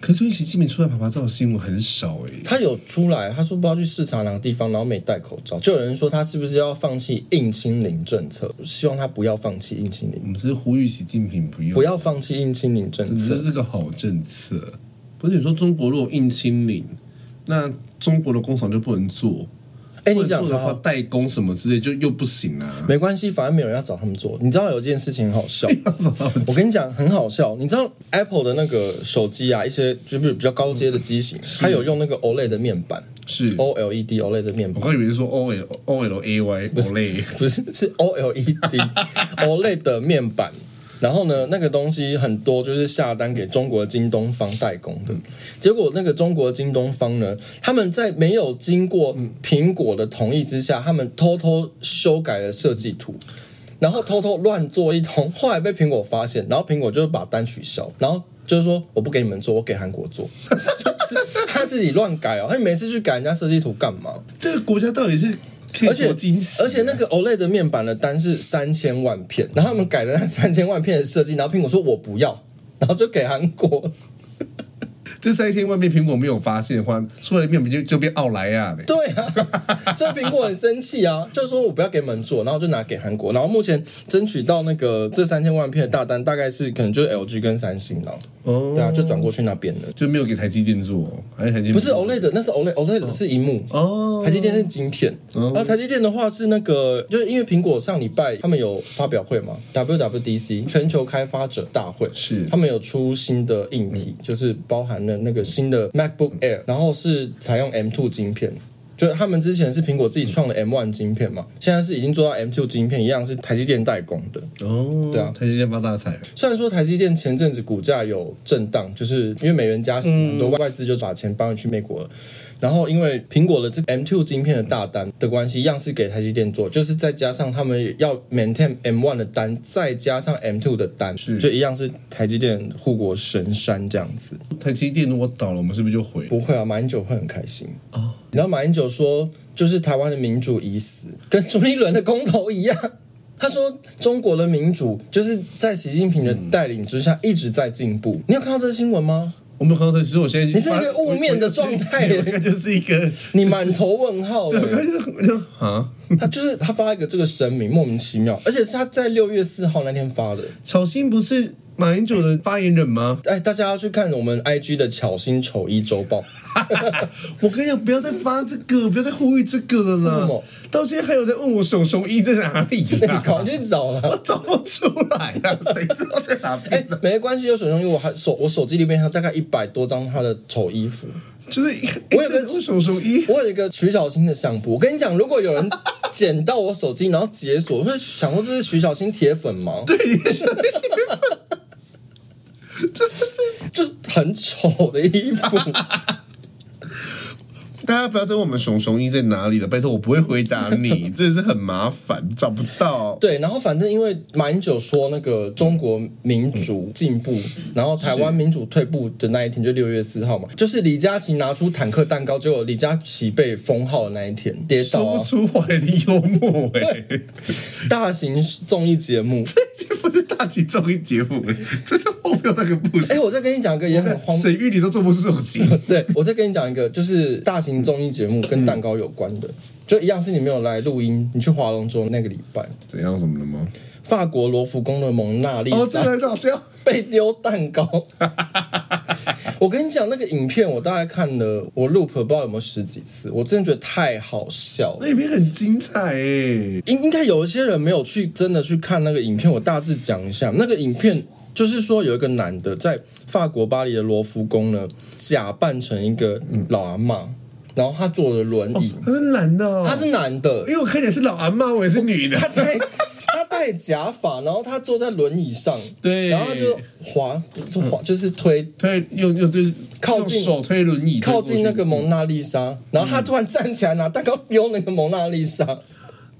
可是最近习近平出来拍拍照的新闻很少哎、
他有出来，他说不知道去视察哪个地方，然后没戴口罩，就有人说他是不是要放弃硬清零政策？希望他不要放弃硬清零
我，们只是呼吁习近平不要
不，要放弃硬清零政
这
策
是。个好政策。不是你说中国如果硬清零，那中国的工厂就不能做，
哎，
不
你
能
讲
做的话，
好，
代工什么之类就又不行啦、啊。
没关系，反正没有人要找他们做。你知道有一件事情很好笑，我跟你讲很好笑。你知道 Apple 的那个手机啊，一些就是比较高阶的机型，它有用那个 OLED 的面板 E
是，
，OLED OLED 的面
我
板。
刚以为是说 O L O L A Y 哦 O 类，
不是 是 E OLED OLED E 的面板。然后呢，那个东西很多就是下单给中国的京东方代工的，结果那个中国的京东方呢，他们在没有经过苹果的同意之下，他们偷偷修改了设计图，然后偷偷乱做一通， 后来被苹果发现，然后苹果就是把单取消，然后就是说我不给你们做，我给韩国做， 就是他自己乱改哦，他每次去改人家设计图干嘛？
这个国家到底是 可
而
以
且
多惊喜啊、
而且那个 OLED 的面板的单是三千万片，然后他们改 了那三千万片的设计，然后苹果说我不要，然后就给韩国。
这三天外面苹果没有发现的话，出来面我们就就变奥莱亚 嘞。
对啊，所以苹果很生气啊，就是说我不要给你们做，然后就拿给韩国，然后目前争取到那个这三千万片的大单，大概是可能就是 LG 跟三星了，
哦
对啊，就转过去那边了。
就没有给台积电做、哦，还是台积电
不是 OLED，那是 OLED，OLED 是荧幕，
哦，
台积电是晶片，然后台积电的话是那个，就是因为苹果上礼拜他们有发表会嘛，WWDC 全球开发者大会，
是嗯
他们有出新的硬体，就是包含了那个新的 MacBook Air，然后是采用 M2 晶片。就是他们之前是苹果自己创的 M1 晶片嘛，现在是已经做到 M2 晶片，一样是台积电代工的。
哦，
对啊
台积电发大财。
虽然说台积电前阵子股价有震荡，就是因为美元加息，很多外资就把钱搬回去美国了。然后因为苹果的这个 M2 晶片的大单的关系，样式给台积电做，就是再加上他们要 maintain M1 的单，再加上 M2 的单，
是
就一样是台积电护国神山这样子。
台积电如果倒了，我们是不是就毁？
不会啊，马英九会很开心哦。然后马英九说，就是台湾的民主已死，跟朱立伦的公投一样。 他说，中国的民主就是在习近平的带领之下一直在进步。你有看到这个新闻吗？
我没有看到台积电，其实我现在你
你是一个雾面的状态
我应该就是一个，
你满头问号
我刚才
了。
就是我就啊，
他就是他发一个这个声明，莫名其妙，而且是他在六月四号那天发的。
小新不是马英九的发言人吗？
哎，大家要去看我们 IG 的巧心丑一周报。
我跟你讲，不要再发这个，不要再呼吁这个
为
了
什
啦
么。
到现在还有人问我熊熊一在哪里
你
啦、
搞去找了。
我找不出来啊，谁知道在哪
哎、
边呢、
没关系，有手中，因为我还手我手机里面还有大概一百多张他的丑衣服。
就是一个
我有个
一堆熊熊一，
我有一个徐小新的相簿，我跟你讲，如果有人捡到我手机，然后解锁，我会想说这是徐小新铁粉吗？对，就是很丑的衣服。
大家不要再问我们熊熊一在哪里了，拜托我不会回答 你，真的是很麻烦，找不到。
对，然后反正因为马英九说那个中国民主进步，然后台湾民主退步的那一天就六月四号嘛，就是李佳琦拿出坦克蛋糕，结果李佳琦被封号的那一天跌倒啊
说不，出怀的幽默哎、
大型综艺节目。
这不是大集综艺节目、欸，这是后面那个不
哎、
是。
我再跟你讲一个也很哎荒
沈玉里都做不出这种节目，
对，我再跟你讲一个，就是大型综艺节目跟蛋糕有关的，就一样是你没有来录音，你去划龙舟那个礼拜，
怎样什么的 吗？
法国罗浮宫的蒙娜丽
哦，这
莎
个很好笑。
被丢蛋糕。我跟你讲，那个影片我大概看了，我 loop 不知道有没有十几次，我真的觉得太好笑了。
那边很精彩欸诶，
应应该有一些人没有去真的去看那个影片，我大致讲一下。那个影片就是说有一个男的在法国巴黎的罗浮宫呢，假扮成一个老阿嬷，然后他坐着轮椅，
他是男的、哦，
他是男的
因，为我看起来是老阿妈，我也是女的
他，戴他戴假发，然后他坐在轮椅上，
对
然后他就滑就滑就是推
推用用对
靠近
用手推轮椅，
靠近那
推
个
过去，嗯
蒙娜丽莎，然后他突然站起来拿蛋糕丢那个蒙娜丽莎。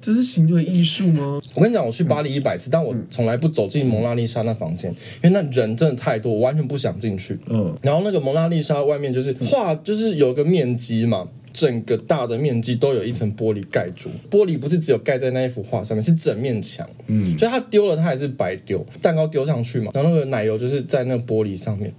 这是行为艺术吗？
我跟你讲，我去巴黎一百次，但我从来不走进蒙娜丽莎那房间，因为那人真的太多，我完全不想进去。
嗯，
然后那个蒙娜丽莎外面就是画，就是有个面积嘛，整个大的面积都有一层玻璃盖住，玻璃不是只有盖在那一幅画上面，是整面墙。嗯，所以他丢了，他还是白丢，蛋糕丢上去嘛，然后那个奶油就是在那个玻璃上面。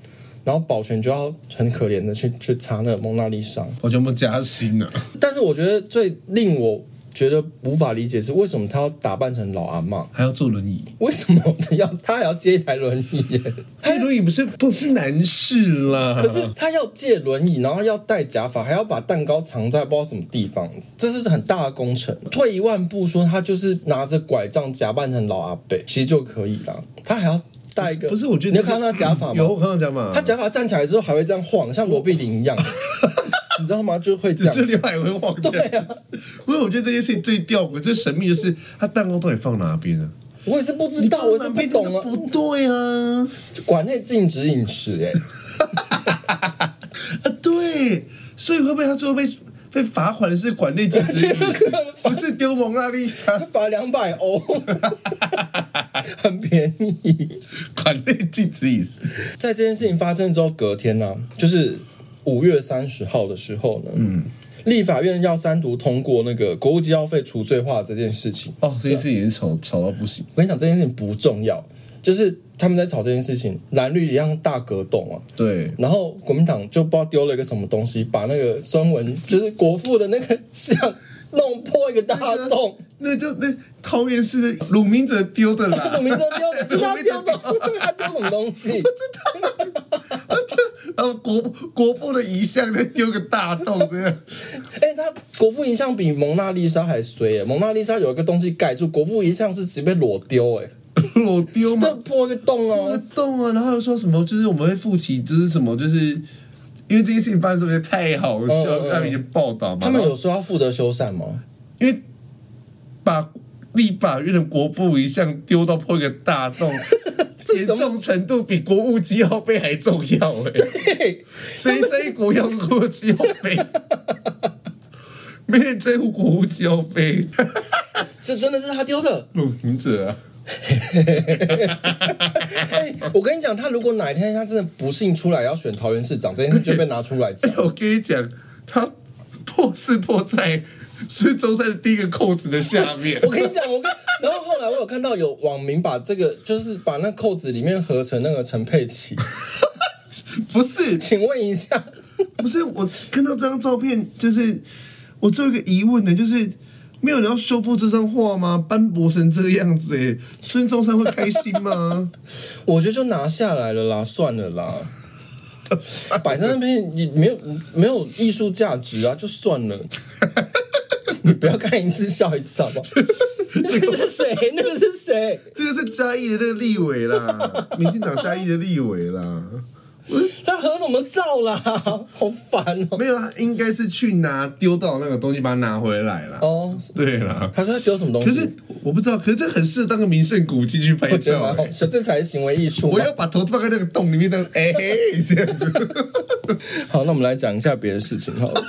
然后保全就要很可怜的去去擦那个蒙娜丽莎，
我全部加薪了、啊，
但是我觉得最令我觉得无法理解是为什么他要打扮成老阿嬷。
还要坐轮椅。
为什么要他还要借一台轮椅 耶？
这轮椅不是不是男士啦，
可是他要借轮椅，然后要戴假发，还要把蛋糕藏在不知道什么地方，这是很大的工程。退一万步说，他就是拿着拐杖假扮成老阿伯，其实就可以了。他还要戴一个，
不是我觉得
你
这
有
个
看到他假发
有
吗？
我看到假发，
他假发站起来之后还会这样晃，像罗碧玲 一样，你知道吗？就会这
这
样。
里还会忘掉。
对啊，
因为我觉得这件事情最吊诡、最神秘的是，他蛋糕到底放哪边呢、啊？
我也是不知道，我也是不懂啊。
不对啊，
馆内禁止饮食、欸，哎，
啊对，所以会不会他最后被被罚款的是馆内禁止饮食不是丢蒙娜丽莎，
罚两百 欧，很便宜。
馆内禁止饮食。
啊在这件事情发生之后，隔天呢、就是五月三十号的时候呢，嗯，立法院要三读通过那个国务机要费除罪化这件事情。
哦，这件事也是吵吵到不行。
我跟你讲，这件事情不重要，就是他们在吵这件事情，蓝绿一样大格斗嘛。
对，
然后国民党就不知道丢了一个什么东西，把那个孙文就是国父的那个像弄破一个大 洞，
那就那桃园市的鲁明哲丢的啦，
鲁明哲丢，是他
鲁明
丢
哲
的， 他丢什么东西？
然后国国父的遗像再丢个大洞这样。
哎、他国父遗像比蒙娜丽莎还衰、欸，蒙娜丽莎有一个东西盖住，国父遗像是直接被裸丢、欸，哎，
裸丢
这
嘛，
破一个洞
那个
哦、
洞啊，然后又说什么，就是我们会负起，就是什么，就是因为这件事情发生实在太好
嗯
笑，
嗯嗯
那、嗯、经报道嘛，
他们
然后
有说要负责修缮吗？
因为把立法院的国父遗像丢到破一个大 洞。严重程度比国务机要费还重要哎、
嘿
谁在乎国要是国务机要 费？没人在乎国务机要费，
这真的是他丢的。
鲁平者啊，
哎、我跟你讲，他如果哪一天他真的不幸出来要选桃园市长，这件事就被拿出来讲
哎。 我跟你讲，他破事破在是周三的第一个扣子的下 面。
我跟你讲，我跟然后后来我有看到有网民把这个就是把那扣子里面合成那个陈佩琪，
不是
请问一下，
不是，我看到这张照片，就是我只有一个疑问呢，就是没有人要修复这张画吗？斑驳成这个样子、哎，孙中山会开心吗？
我觉得就拿下来了啦，算了啦，摆在那边你没有没有艺术价值啊，就算 了。你不要看一次笑一次好不 好？那个是谁？那个是谁？
这个是嘉义的那个立委啦，民进党嘉义的立委啦。
他合什么照啦？好烦哦！
没有，他啊应该是去拿丢到那个东西，把它拿回来啦。
哦，
对啦，
他说他丢什么东西？
可是我不知道，可是这很适合当个名胜古迹去拍
我觉得
照、
蛮好
哎
笑，这才是行为艺术嘛。
我要把头放在那个洞里面 的，哎、嘿，这样子。
好，那我们来讲一下别的事情好了。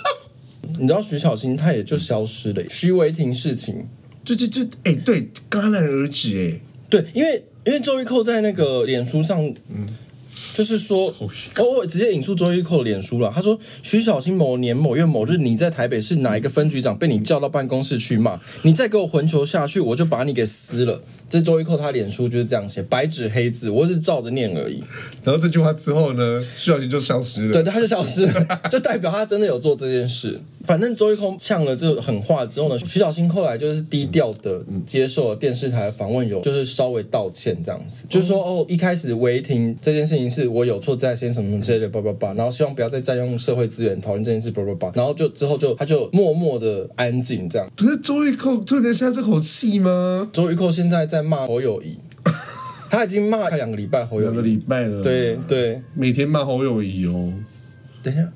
你知道徐小新他也就消失了，徐维婷事情，
这这这，哎、对，戛然而止、哎
对，因为因为周玉蔻在那个脸书上，就是说，
周
哦
玉，
我直接引述周玉蔻的脸书了，他说徐小新某年某月某日，你在台北市哪一个分局长被你叫到办公室去骂，你再给我混球下去，我就把你给撕了。这周玉蔻他脸书就是这样写，白纸黑字，我只是照着念而已。
哎，然后这句话之后呢，徐小琴就消失了。
对，他就消失 了，就代表他真的有做这件事。反正周玉蔻呛了这狠话之后呢，徐小新后来就是低调的接受了电视台的访问，有就是稍微道歉这样子，就是说哦，一开始违停这件事情是我有错在先，什么什么之类的，叭叭叭，然后希望不要再占用社会资源讨论这件事，叭叭叭，然后就之后就他就默默的安静这样。
可是周玉蔻吞得下这口气吗？
周玉蔻现在在骂侯友 谊，他已经骂了两个礼拜侯友
两个
谊，
礼拜了，
对，对，
每天骂侯友谊哦。
等一下。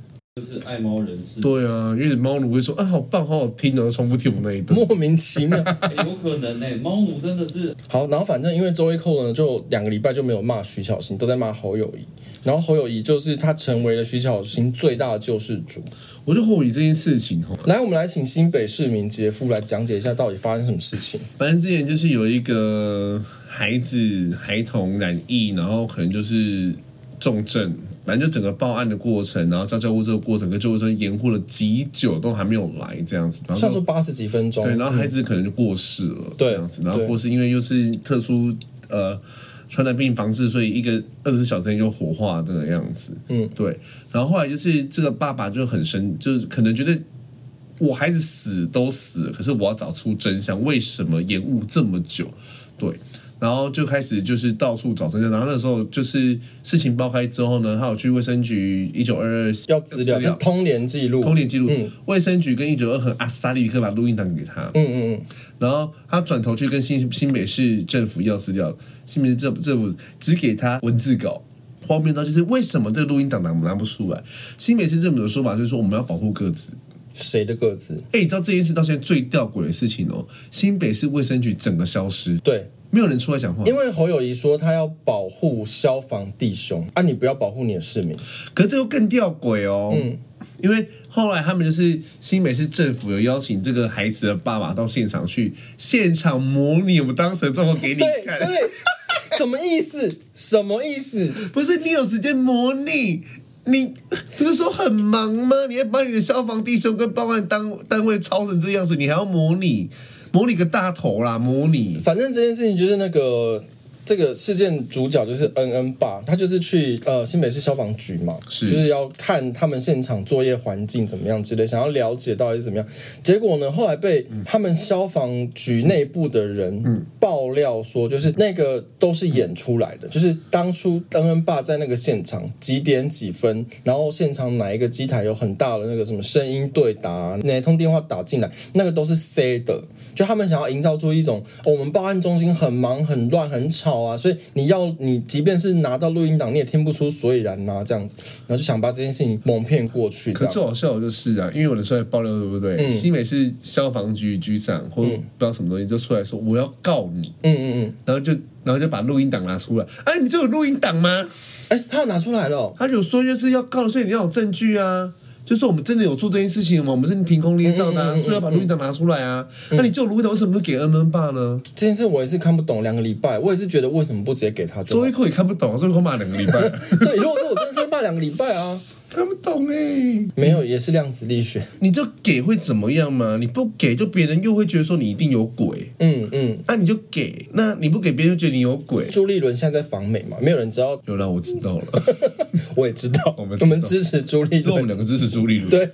就是爱猫人士，
对啊，因为猫奴会说啊，好棒，好好听哦，然后重复听我们那一段。
莫名其妙，
哎有可能呢。猫奴真的是
好，然后反正因为周一蔻呢，就两个礼拜就没有骂徐小新，都在骂侯友谊。然后侯友谊就是他成为了徐小新最大的救世主。
我就侯友谊这件事情哦，
来，我们来请新北市民杰夫来讲解一下到底发生什么事情。
反正之前就是有一个孩子孩童染疫，然后可能就是重症，反正就整个报案的过程，然后叫救护车的过程跟救护车延误了极久，都还没有来这样子。然
像说
后
八十几分钟，
对，然后孩子可能就过世了，
嗯对
这样子，然后
对
或是因为又是特殊呃传染病防治，所以一个二十小时内就火化这个样子，
嗯，
对。然后后来就是这个爸爸就很生，就是可能觉得我孩子死都死了，可是我要找出真相，为什么延误这么久？对。然后就开始就是到处找真相，然后那时候就是事情爆开之后呢，他有去卫生局一九二二
要资料，就通联记录，
通联记录
嗯，
卫、生局跟一九二和阿萨利克把录音档给他，
嗯嗯嗯，
然后他转头去跟新新北市政府要资料，新北市政府政府只给他文字稿。荒谬到就是为什么这个录音档拿拿不出来？新北市政府的说法就是说我们要保护各自。
谁的个子？
哎、你知道这件事到现在最吊诡的事情哦，新北市卫生局整个消失，
对，
没有人出来讲话。
因为侯友谊说他要保护消防弟兄，啊，你不要保护你的市民，
可是这又更吊诡哦，
嗯
因为后来他们就是新北市政府有邀请这个孩子的爸爸到现场去，现场模拟我们当时的状况 给你
对
看。
对，什么意思？什么意思？
不是你有时间模拟，你不是说很忙吗？你还把你的消防弟兄跟报案单单位操成这样子，你还要模拟模拟个大头啦，模拟
反正这件事情就是那个这个事件主角就是恩恩爸，他就是去呃新北市消防局嘛，
是
就是要看他们现场作业环境怎么样之类，想要了解到底是怎么样。结果呢，后来被他们消防局内部的人爆料说，就是那个都是演出来的，就是当初恩恩爸在那个现场几点几分，然后现场哪一个机台有很大的那个什么声音对答，哪通电话打进来，那个都是塞的，就他们想要营造出一种、哦、我们报案中心很忙、很乱、很吵啊，所以你要你即便是拿到录音档，你也听不出所以然呐、这样子，然后就想把这件事情蒙骗过去，这
可
样嗯
最好笑的就是啊，因为有的时候还爆料对不对？新北市消防局局长或不知道什么东西就出来说我要告你，
嗯嗯嗯，
然后就然后就把录音档拿出来，哎，你这有录音档吗？
哎、他要拿出来了哦、
他有说就是要告，所以你要有证据啊。就是我们真的有做这件事情嘛，我们是凭空捏造
嗯
的、啊，所以要把录音档拿出来啊。那你就录音档为什么不给恩恩爸呢？
这件事我也是看不懂，两个礼拜，我也是觉得为什么不直接给他就
周
好
一？蔻也看不懂，周一蔻骂两个礼拜，
对，如果是我真的是骂两个礼拜 啊，
看不懂哎、
没有，也是量子力学，
你就给会怎么样嘛？你不给，就别人又会觉得说你一定有鬼。
嗯嗯。
啊，你就给，那你不给，别人就觉得你有鬼。
朱立伦现在在访美嘛，没有人知道，
有啦，我知 道了，
我也知道，
我
我
们
们
知道
支持朱立
是我们
伦。
两个支持朱立伦。
对，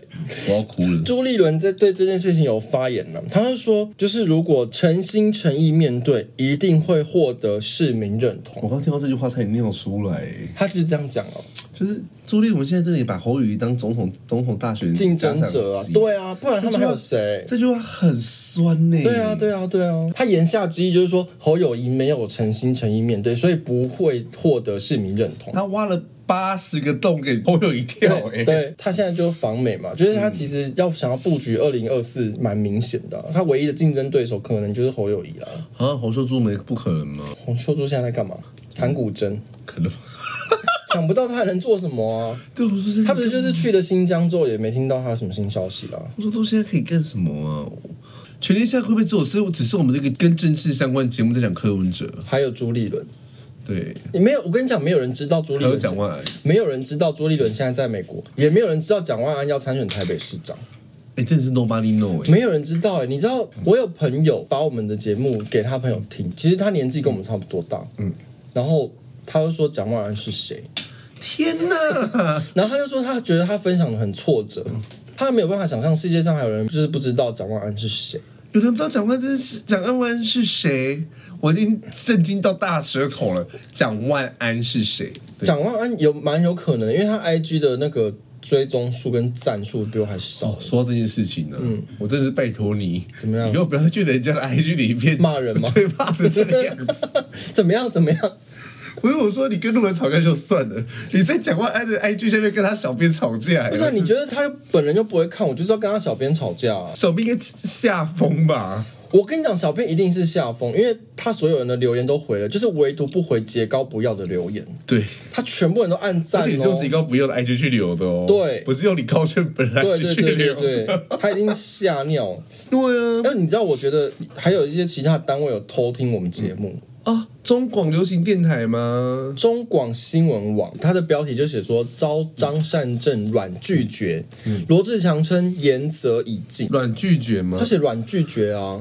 我要哭了。
朱立伦在对这件事情有发言了，他是说，就是如果诚心诚意面对，一定会获得市民认
我
同。
刚听到这句话差点尿出来、
他就是这样讲哦，
就是朱立伦现在真的也把侯友谊当总统总统大选
竞争者啊，对啊，不然他们还有谁？
这句嗯话很酸欸呢、
对啊，对啊，对啊。他言下之意就是说，侯友谊没有诚心诚意面对，所以不会获得市民认同。
他挖了八十个洞给侯友谊跳
对
哎、
对他现在就是访美嘛，就是
嗯
他其实要想要布局二零二四，蛮明显的啊、他唯一的竞争对手可能就是侯友谊啦。
啊，侯秀珠没不可能吗？
洪秀柱现在在干嘛？弹古筝，
可 能，
想不到他还能做什么啊？
对，我说
他不是就是去了新疆之后，也没听到他有什么新消息啊啦。
我说都现在可以干什么啊？权力现在会不会只有，所以只是我们这个跟政治相关节目在讲柯文哲，
还有朱立伦，
对，
你没有？我跟你讲，没有人知道朱立
还有
伦
蒋万安，
没有人知道朱立伦现在在美国，也没有人知道蒋万安要参选台北市长，
哎、真的是 nobody know 哎、
没有人知道哎、你知道我有朋友把我们的节目给他朋友听，其实他年纪跟我们差不多大，嗯，然后他就说蒋万安是谁，
天哪！
然后他就说他觉得他分享的很挫折，他没有办法想象世界上还有人就是不知道蒋万安是谁。
有人不知道蒋万安是蒋万安是谁，我已经震惊到大舌头了。蒋万安是谁？对
蒋万啊安有蛮有可能，因为他 IG 的那个追踪数跟赞数比我还少。
说到这件事情呢、我真是拜托你，
嗯怎么样
以后不要去人家的 IG 里面
骂人吗
对，骂成这个样子。
怎么样？怎么样？
我有说你跟路人吵架就算了，你在蒋万安的 IG 下面跟他小编吵架，哎
不是啊、你觉得他本人又不会看，我就是要跟他小编吵架啊、
小编应该吓疯吧？
我跟你讲，小编一定是下风，因为他所有人的留言都回了，就是唯独不回截高不要的留言，
对，
他全部人都按赞
而且你是用
哦
自己。高不要的 IG 去留的哦，
对
不是用你高炫本人
对
IG
对
去
对
留
对
的，啊
对，他已经吓尿。
对啊
因。为你知道，我觉得还有一些其他单位有偷听我们节目，
啊，中广流行电台吗？
中广新闻网，它的标题就写说招张善政软拒绝，
嗯
罗、志强称言则已尽。
软拒绝吗
他？写软拒绝啊，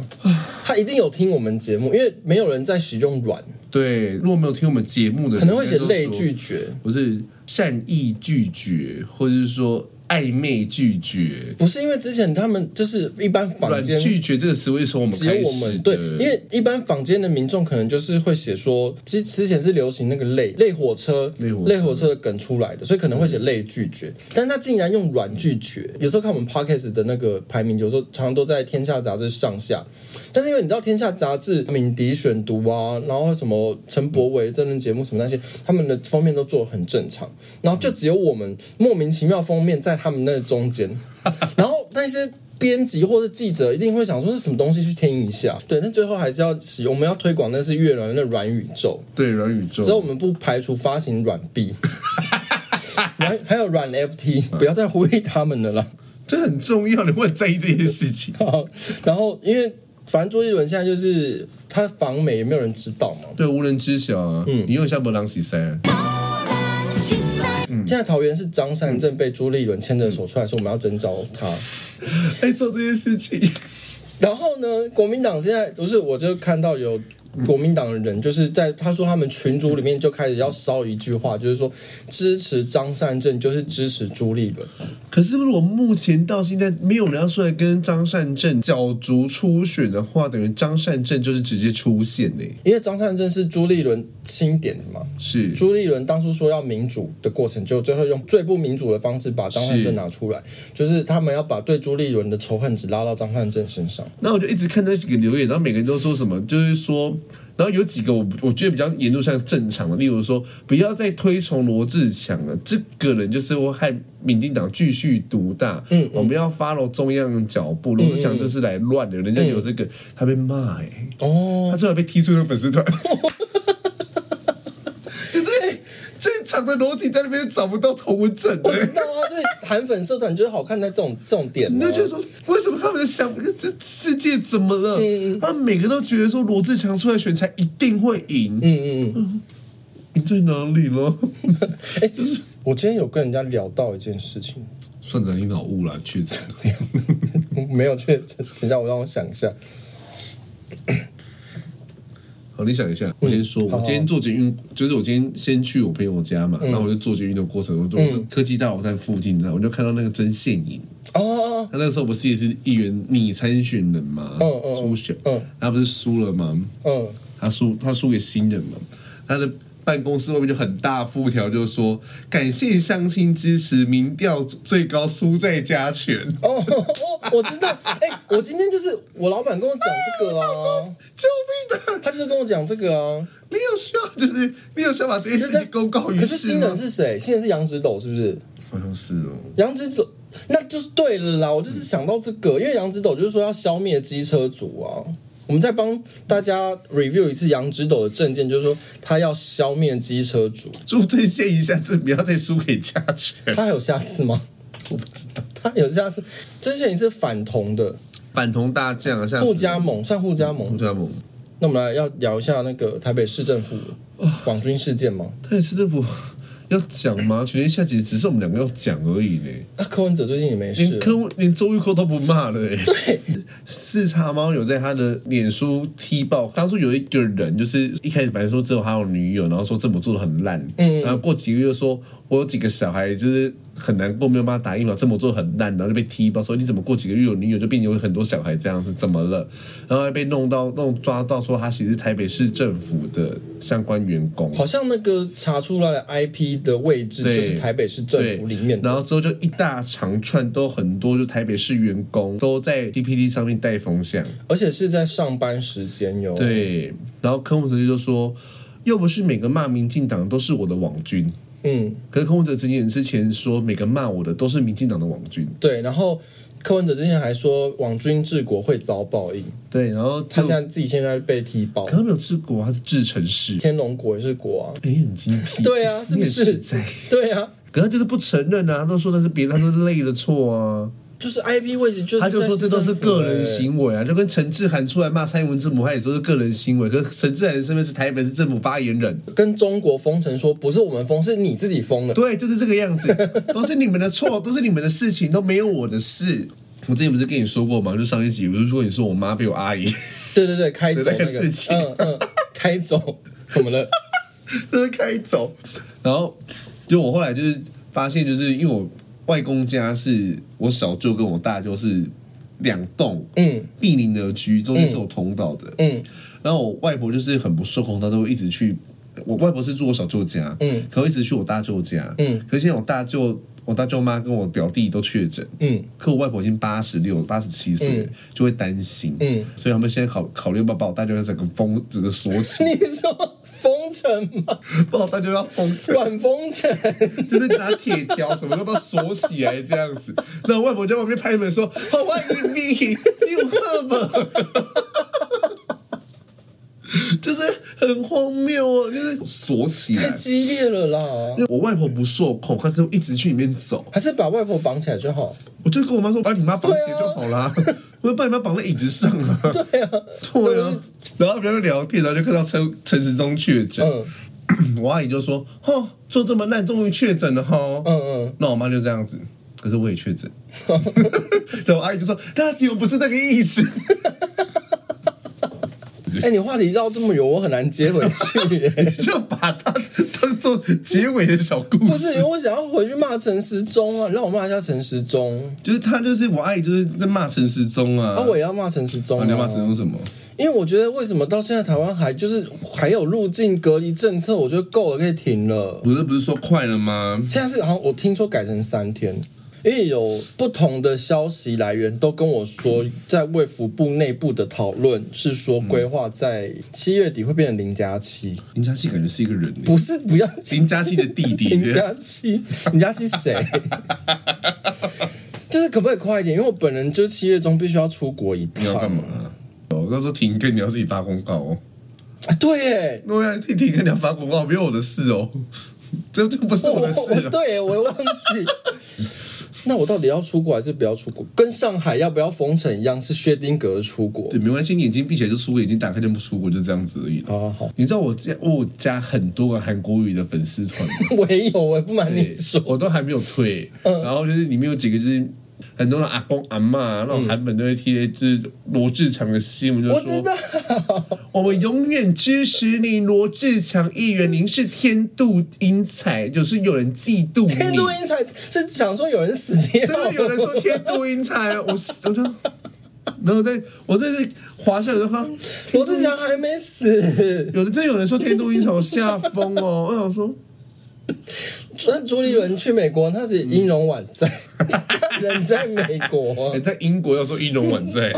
他一定有听我们节目，因为没有人在使用软，
对，如果没有听我们节目的人，
可能会写
应该都
类
说
拒，绝，
不是善意拒绝，或者是说暧昧拒绝。
不是因为之前他们就是一般坊
软
间
拒绝这个词汇从我们
只
开
有我
始
们
的，
对，因为一般坊间的民众可能就是会写说，之之前是流行那个类类火车
类火车
的梗出来的，所以可能会写类拒绝，但他竟然用软拒绝。有时候看我们 podcast 的那个排名，有时候常常都在《天下》杂志上下，但是因为你知道《天下》杂志敏迪选读啊，然后什么陈柏伟真人节目什么那些，他们的封面都做的很正常，然后就只有我们莫名其妙封面在他们那中间， 然后那些。编辑或是记者一定会想说是什么东西去听一下，对，但最后还是要使用我们要推广那是越南的软宇宙，
对软宇宙，
只有我们不排除发行软币， 还还有软 FT，不要再呼吁他们了啦。
这很重要，你会在意这些事情。
好然后因为反正朱一伦现在就是他访美也没有人知道嘛，
对，无人知晓啊。嗯，你用一下波浪西塞，
she said.
现在桃园是张善政被朱立伦牵着手出来说我们要征召他，
在做这件事情，
然后呢，国民党现在不是，我就看到有国民党的人，就是在他说他们群组里面就开始要烧一句话，就是说支持张善政就是支持朱立伦。
可是如果目前到现在没有人要出来跟张善政角逐初选的话，等于张善政就是直接出现呢、
因为张善政是朱立伦钦点的
嗯
嘛，
是
朱立伦当初说要民主的过程，就最后用最不民主的方式把张善政拿出来，就是他们要把对朱立伦的仇恨值拉到张善政身 上。
那我就一直看那几个留言，然后每个人都说什么，就是说，然后有几个我我觉得比较严重像正常的，例如说，不要再推崇罗志强了，这个人就是会害民进党继续独大。嗯，我们要 follow 中央脚步，罗志强就是来乱的，人家有这个，他被骂哎、
哦，
他最后被踢出了粉丝 团。就是欸正常的逻辑在那边找不到头文正、
我知
欸，
道啊，所以韩粉社团就是好看在这种这种点、啊。
那就是说，为什么他们的想这世界怎么了？
嗯
他们每个都觉得说罗志强出来选才一定会赢，
嗯嗯嗯。
赢在哪里了？
哎、我今天有跟人家聊到一件事情，
算得你脑雾了，去诊。
没有确诊，等一下我让我想一下。
好，你想一下，我先说，
嗯好嗯
我今天做捷运，就是我今天先去我朋友家嘛，然后我就做捷运的过程，我就我就科技大楼站附近，你知道，我就看到那个曾宪颖，
哦哦，哦
他那时候不是也是议员拟参选人嘛，
嗯嗯
初选
嗯，
他不是输了吗？
嗯，
他输他输给新人嘛，他的办公室外面就很大副条，就说感谢乡亲支持，民调最高输在加权，
哦 哦，我知道。哎、我今天就是我老板跟我讲这个啊，
救命啊！
他就是跟我讲这个啊。
你有需要就是你有需要把这件事情公告于
可是
世
新
吗
人？是谁？新人是杨直斗，是不是？
好像是哦，
杨直斗，那就是对了啦。我就是想到这个，因为杨直斗就是说要消灭机车族啊。我们再帮大家 review 一次杨直斗的证件，就是说他要消灭机车族。
祝郑宪一下次不要再输给加 权。
他还有下次吗？我不知道，他有下次。之前你是反同的，
反同大将啊，像嗯
互加盟算互加
互
盟。
加盟，
那我们来要聊一下那个台北市政府
啊
网军事件吗？
他也是政府要讲吗？全天下集只是我们两个要讲而已呢。
啊，柯文哲最近也没事
连
了，
柯连周玉蔻都不骂了、欸。
对，
四叉猫有在他的脸书踢爆，当初有一个人就是一开始本来说只有他有女友，然后说政府做的很烂，嗯，然后过几个月又说我有几个小孩就是很难过，没有办法打疫苗，政府做的很烂，然后就被踢爆说你怎么过几个月有女友就变成有很多小孩这样子，怎么
嗯
了？然后还被弄到弄抓到说他其实是台北市政府的相关员工，
好像那个查出来的 IP 的位置
对
就是台北市政府里面
对然
的。
后之后就一大长串都很多，就台北市员工都在 PPT 上面带风向。
而且是在上班时间哟。，
对，然后柯文哲就说，又不是每个骂民进党都是我的网军。
嗯，
可是柯文哲之前之前说，每个骂我的都是民进党的网军。
对。然后柯文哲之前还说网军治国会遭报应，
对，然后
他
他
现在自己现在被踢爆
可，能没有治国，他是治城市。
天龙国也是国啊。
哎你很精 辟，
对啊，是不
你很
是
实在？
对啊，
可他就是不承认啊，他都说那是别人，他都是累的错啊。
就是 IP 位置就是
他就
在
说这都是
市政府
个人
欸。
行为啊，就跟陈志涵出来骂蔡英文字母，他也说是个人行为。可是陈志涵的身份是台北市政府发言人，
跟中国封城说不是我们封，是你自己封的。
对，就是这个样子，都是你们的错，都是你们的事情，都没有我的事。我之前不是跟你说过吗？就上一集，我就说你说我妈被我阿姨，
对对对，开走那
这
个，
个事情
嗯嗯，开走怎么 了？
就是开走。然后就我后来就是发现，就是因为我外公家是我小舅跟我大舅是两栋
嗯
毗邻而居，中间是有通道的。
嗯
然后我外婆就是很不受控，她都会一直去。我外婆是住我小舅家，
嗯，
可我一直去我大舅家，
嗯
可是现在我大舅、我大舅妈跟我表弟都确诊，
嗯，
可我外婆已经八十六、八十七岁了，就会担心，
嗯，
所以他们现在考考虑要不要把我大舅要整个封、整个锁起，
你说封城 吗？
把我大舅要封起来，
管封城？
就是拿铁条什么都把它锁起来这样子。然后外婆在外面拍门说：“好欢迎你，你有喝吗？” 就是很荒谬哦，就是锁起
太
来。
激烈了啦！
我外婆不受控，她就一直去里面走。
还是把外婆绑起来就好。
我就跟我妈说：“把你妈绑起来就好 啦。我就把你妈绑在椅子上啊。
对啊，
对啊，然后他们就聊天，然后就看到陈陈时中确诊，
嗯，
我阿姨就说：“哦，做这么烂，终于确诊了哈。
嗯嗯，
那我妈就这样子，可是我也确诊。 对，我阿姨就说：“大姐，我不是那个意思。
哎、你话题绕这么远，我很难接回去耶、”
就把它当做结尾的小故
不
事。
是，因为我想要回去骂陈时中啊，你让我骂一下陈时中，
就是他就是我阿姨就是在骂陈时中啊。
啊，我也要骂陈时中、
啊
啊。
你要骂陈时中什么？
因为我觉得为什么到现在台湾还就是还有入境隔离政策，我觉得够了，可以停了。
不是不是说快了吗？
现在是好像我听说改成三天，因为有不同的消息来源都跟我说，在卫福部内部的讨论是说规划在七月底会变成零加七，
林佳琪感觉是一个人欸，
不是不要
林佳琪的弟弟。
林佳琪，林佳琪谁？就是可不可以快一点？因为我本人就七月中必须要出国一趟。
你要干嘛？？哦，到时候停更你要自己发公告哦。
啊、对耶，
对呀，你自己停更你要发公告，没有我的事哦。这这不是我的
我
事、啊。
对耶，我忘记。那我到底要出国还是不要出国？跟上海要不要封城一样，是薛丁格的出国
对，。没关系，你眼睛闭起来就出国，眼睛打开就不出国，就这样子而已。
好好好，
你知道我加我加很多个韩国语的粉丝团吗，
我也有，我也不瞒 你说，嗯
我都还没有退。然后就是里面有几个就是很多的阿公阿妈，那种韩粉都会贴就是罗志强的新闻，就
嗯我
说
知道。
我们永远支持你，罗志强议员，您是天妒英才，就是有人嫉妒你。
天妒英才是想说有人死掉，
真的有人说天妒英才，啊我是我就，然后在我在这华夏就看，
罗志祥还没死。
有人真的有人说天妒英才，我吓疯哦！我想说，
那朱立伦去美国，他是音容 宛在，人在美
哎、
国。
在英国要说音容宛在，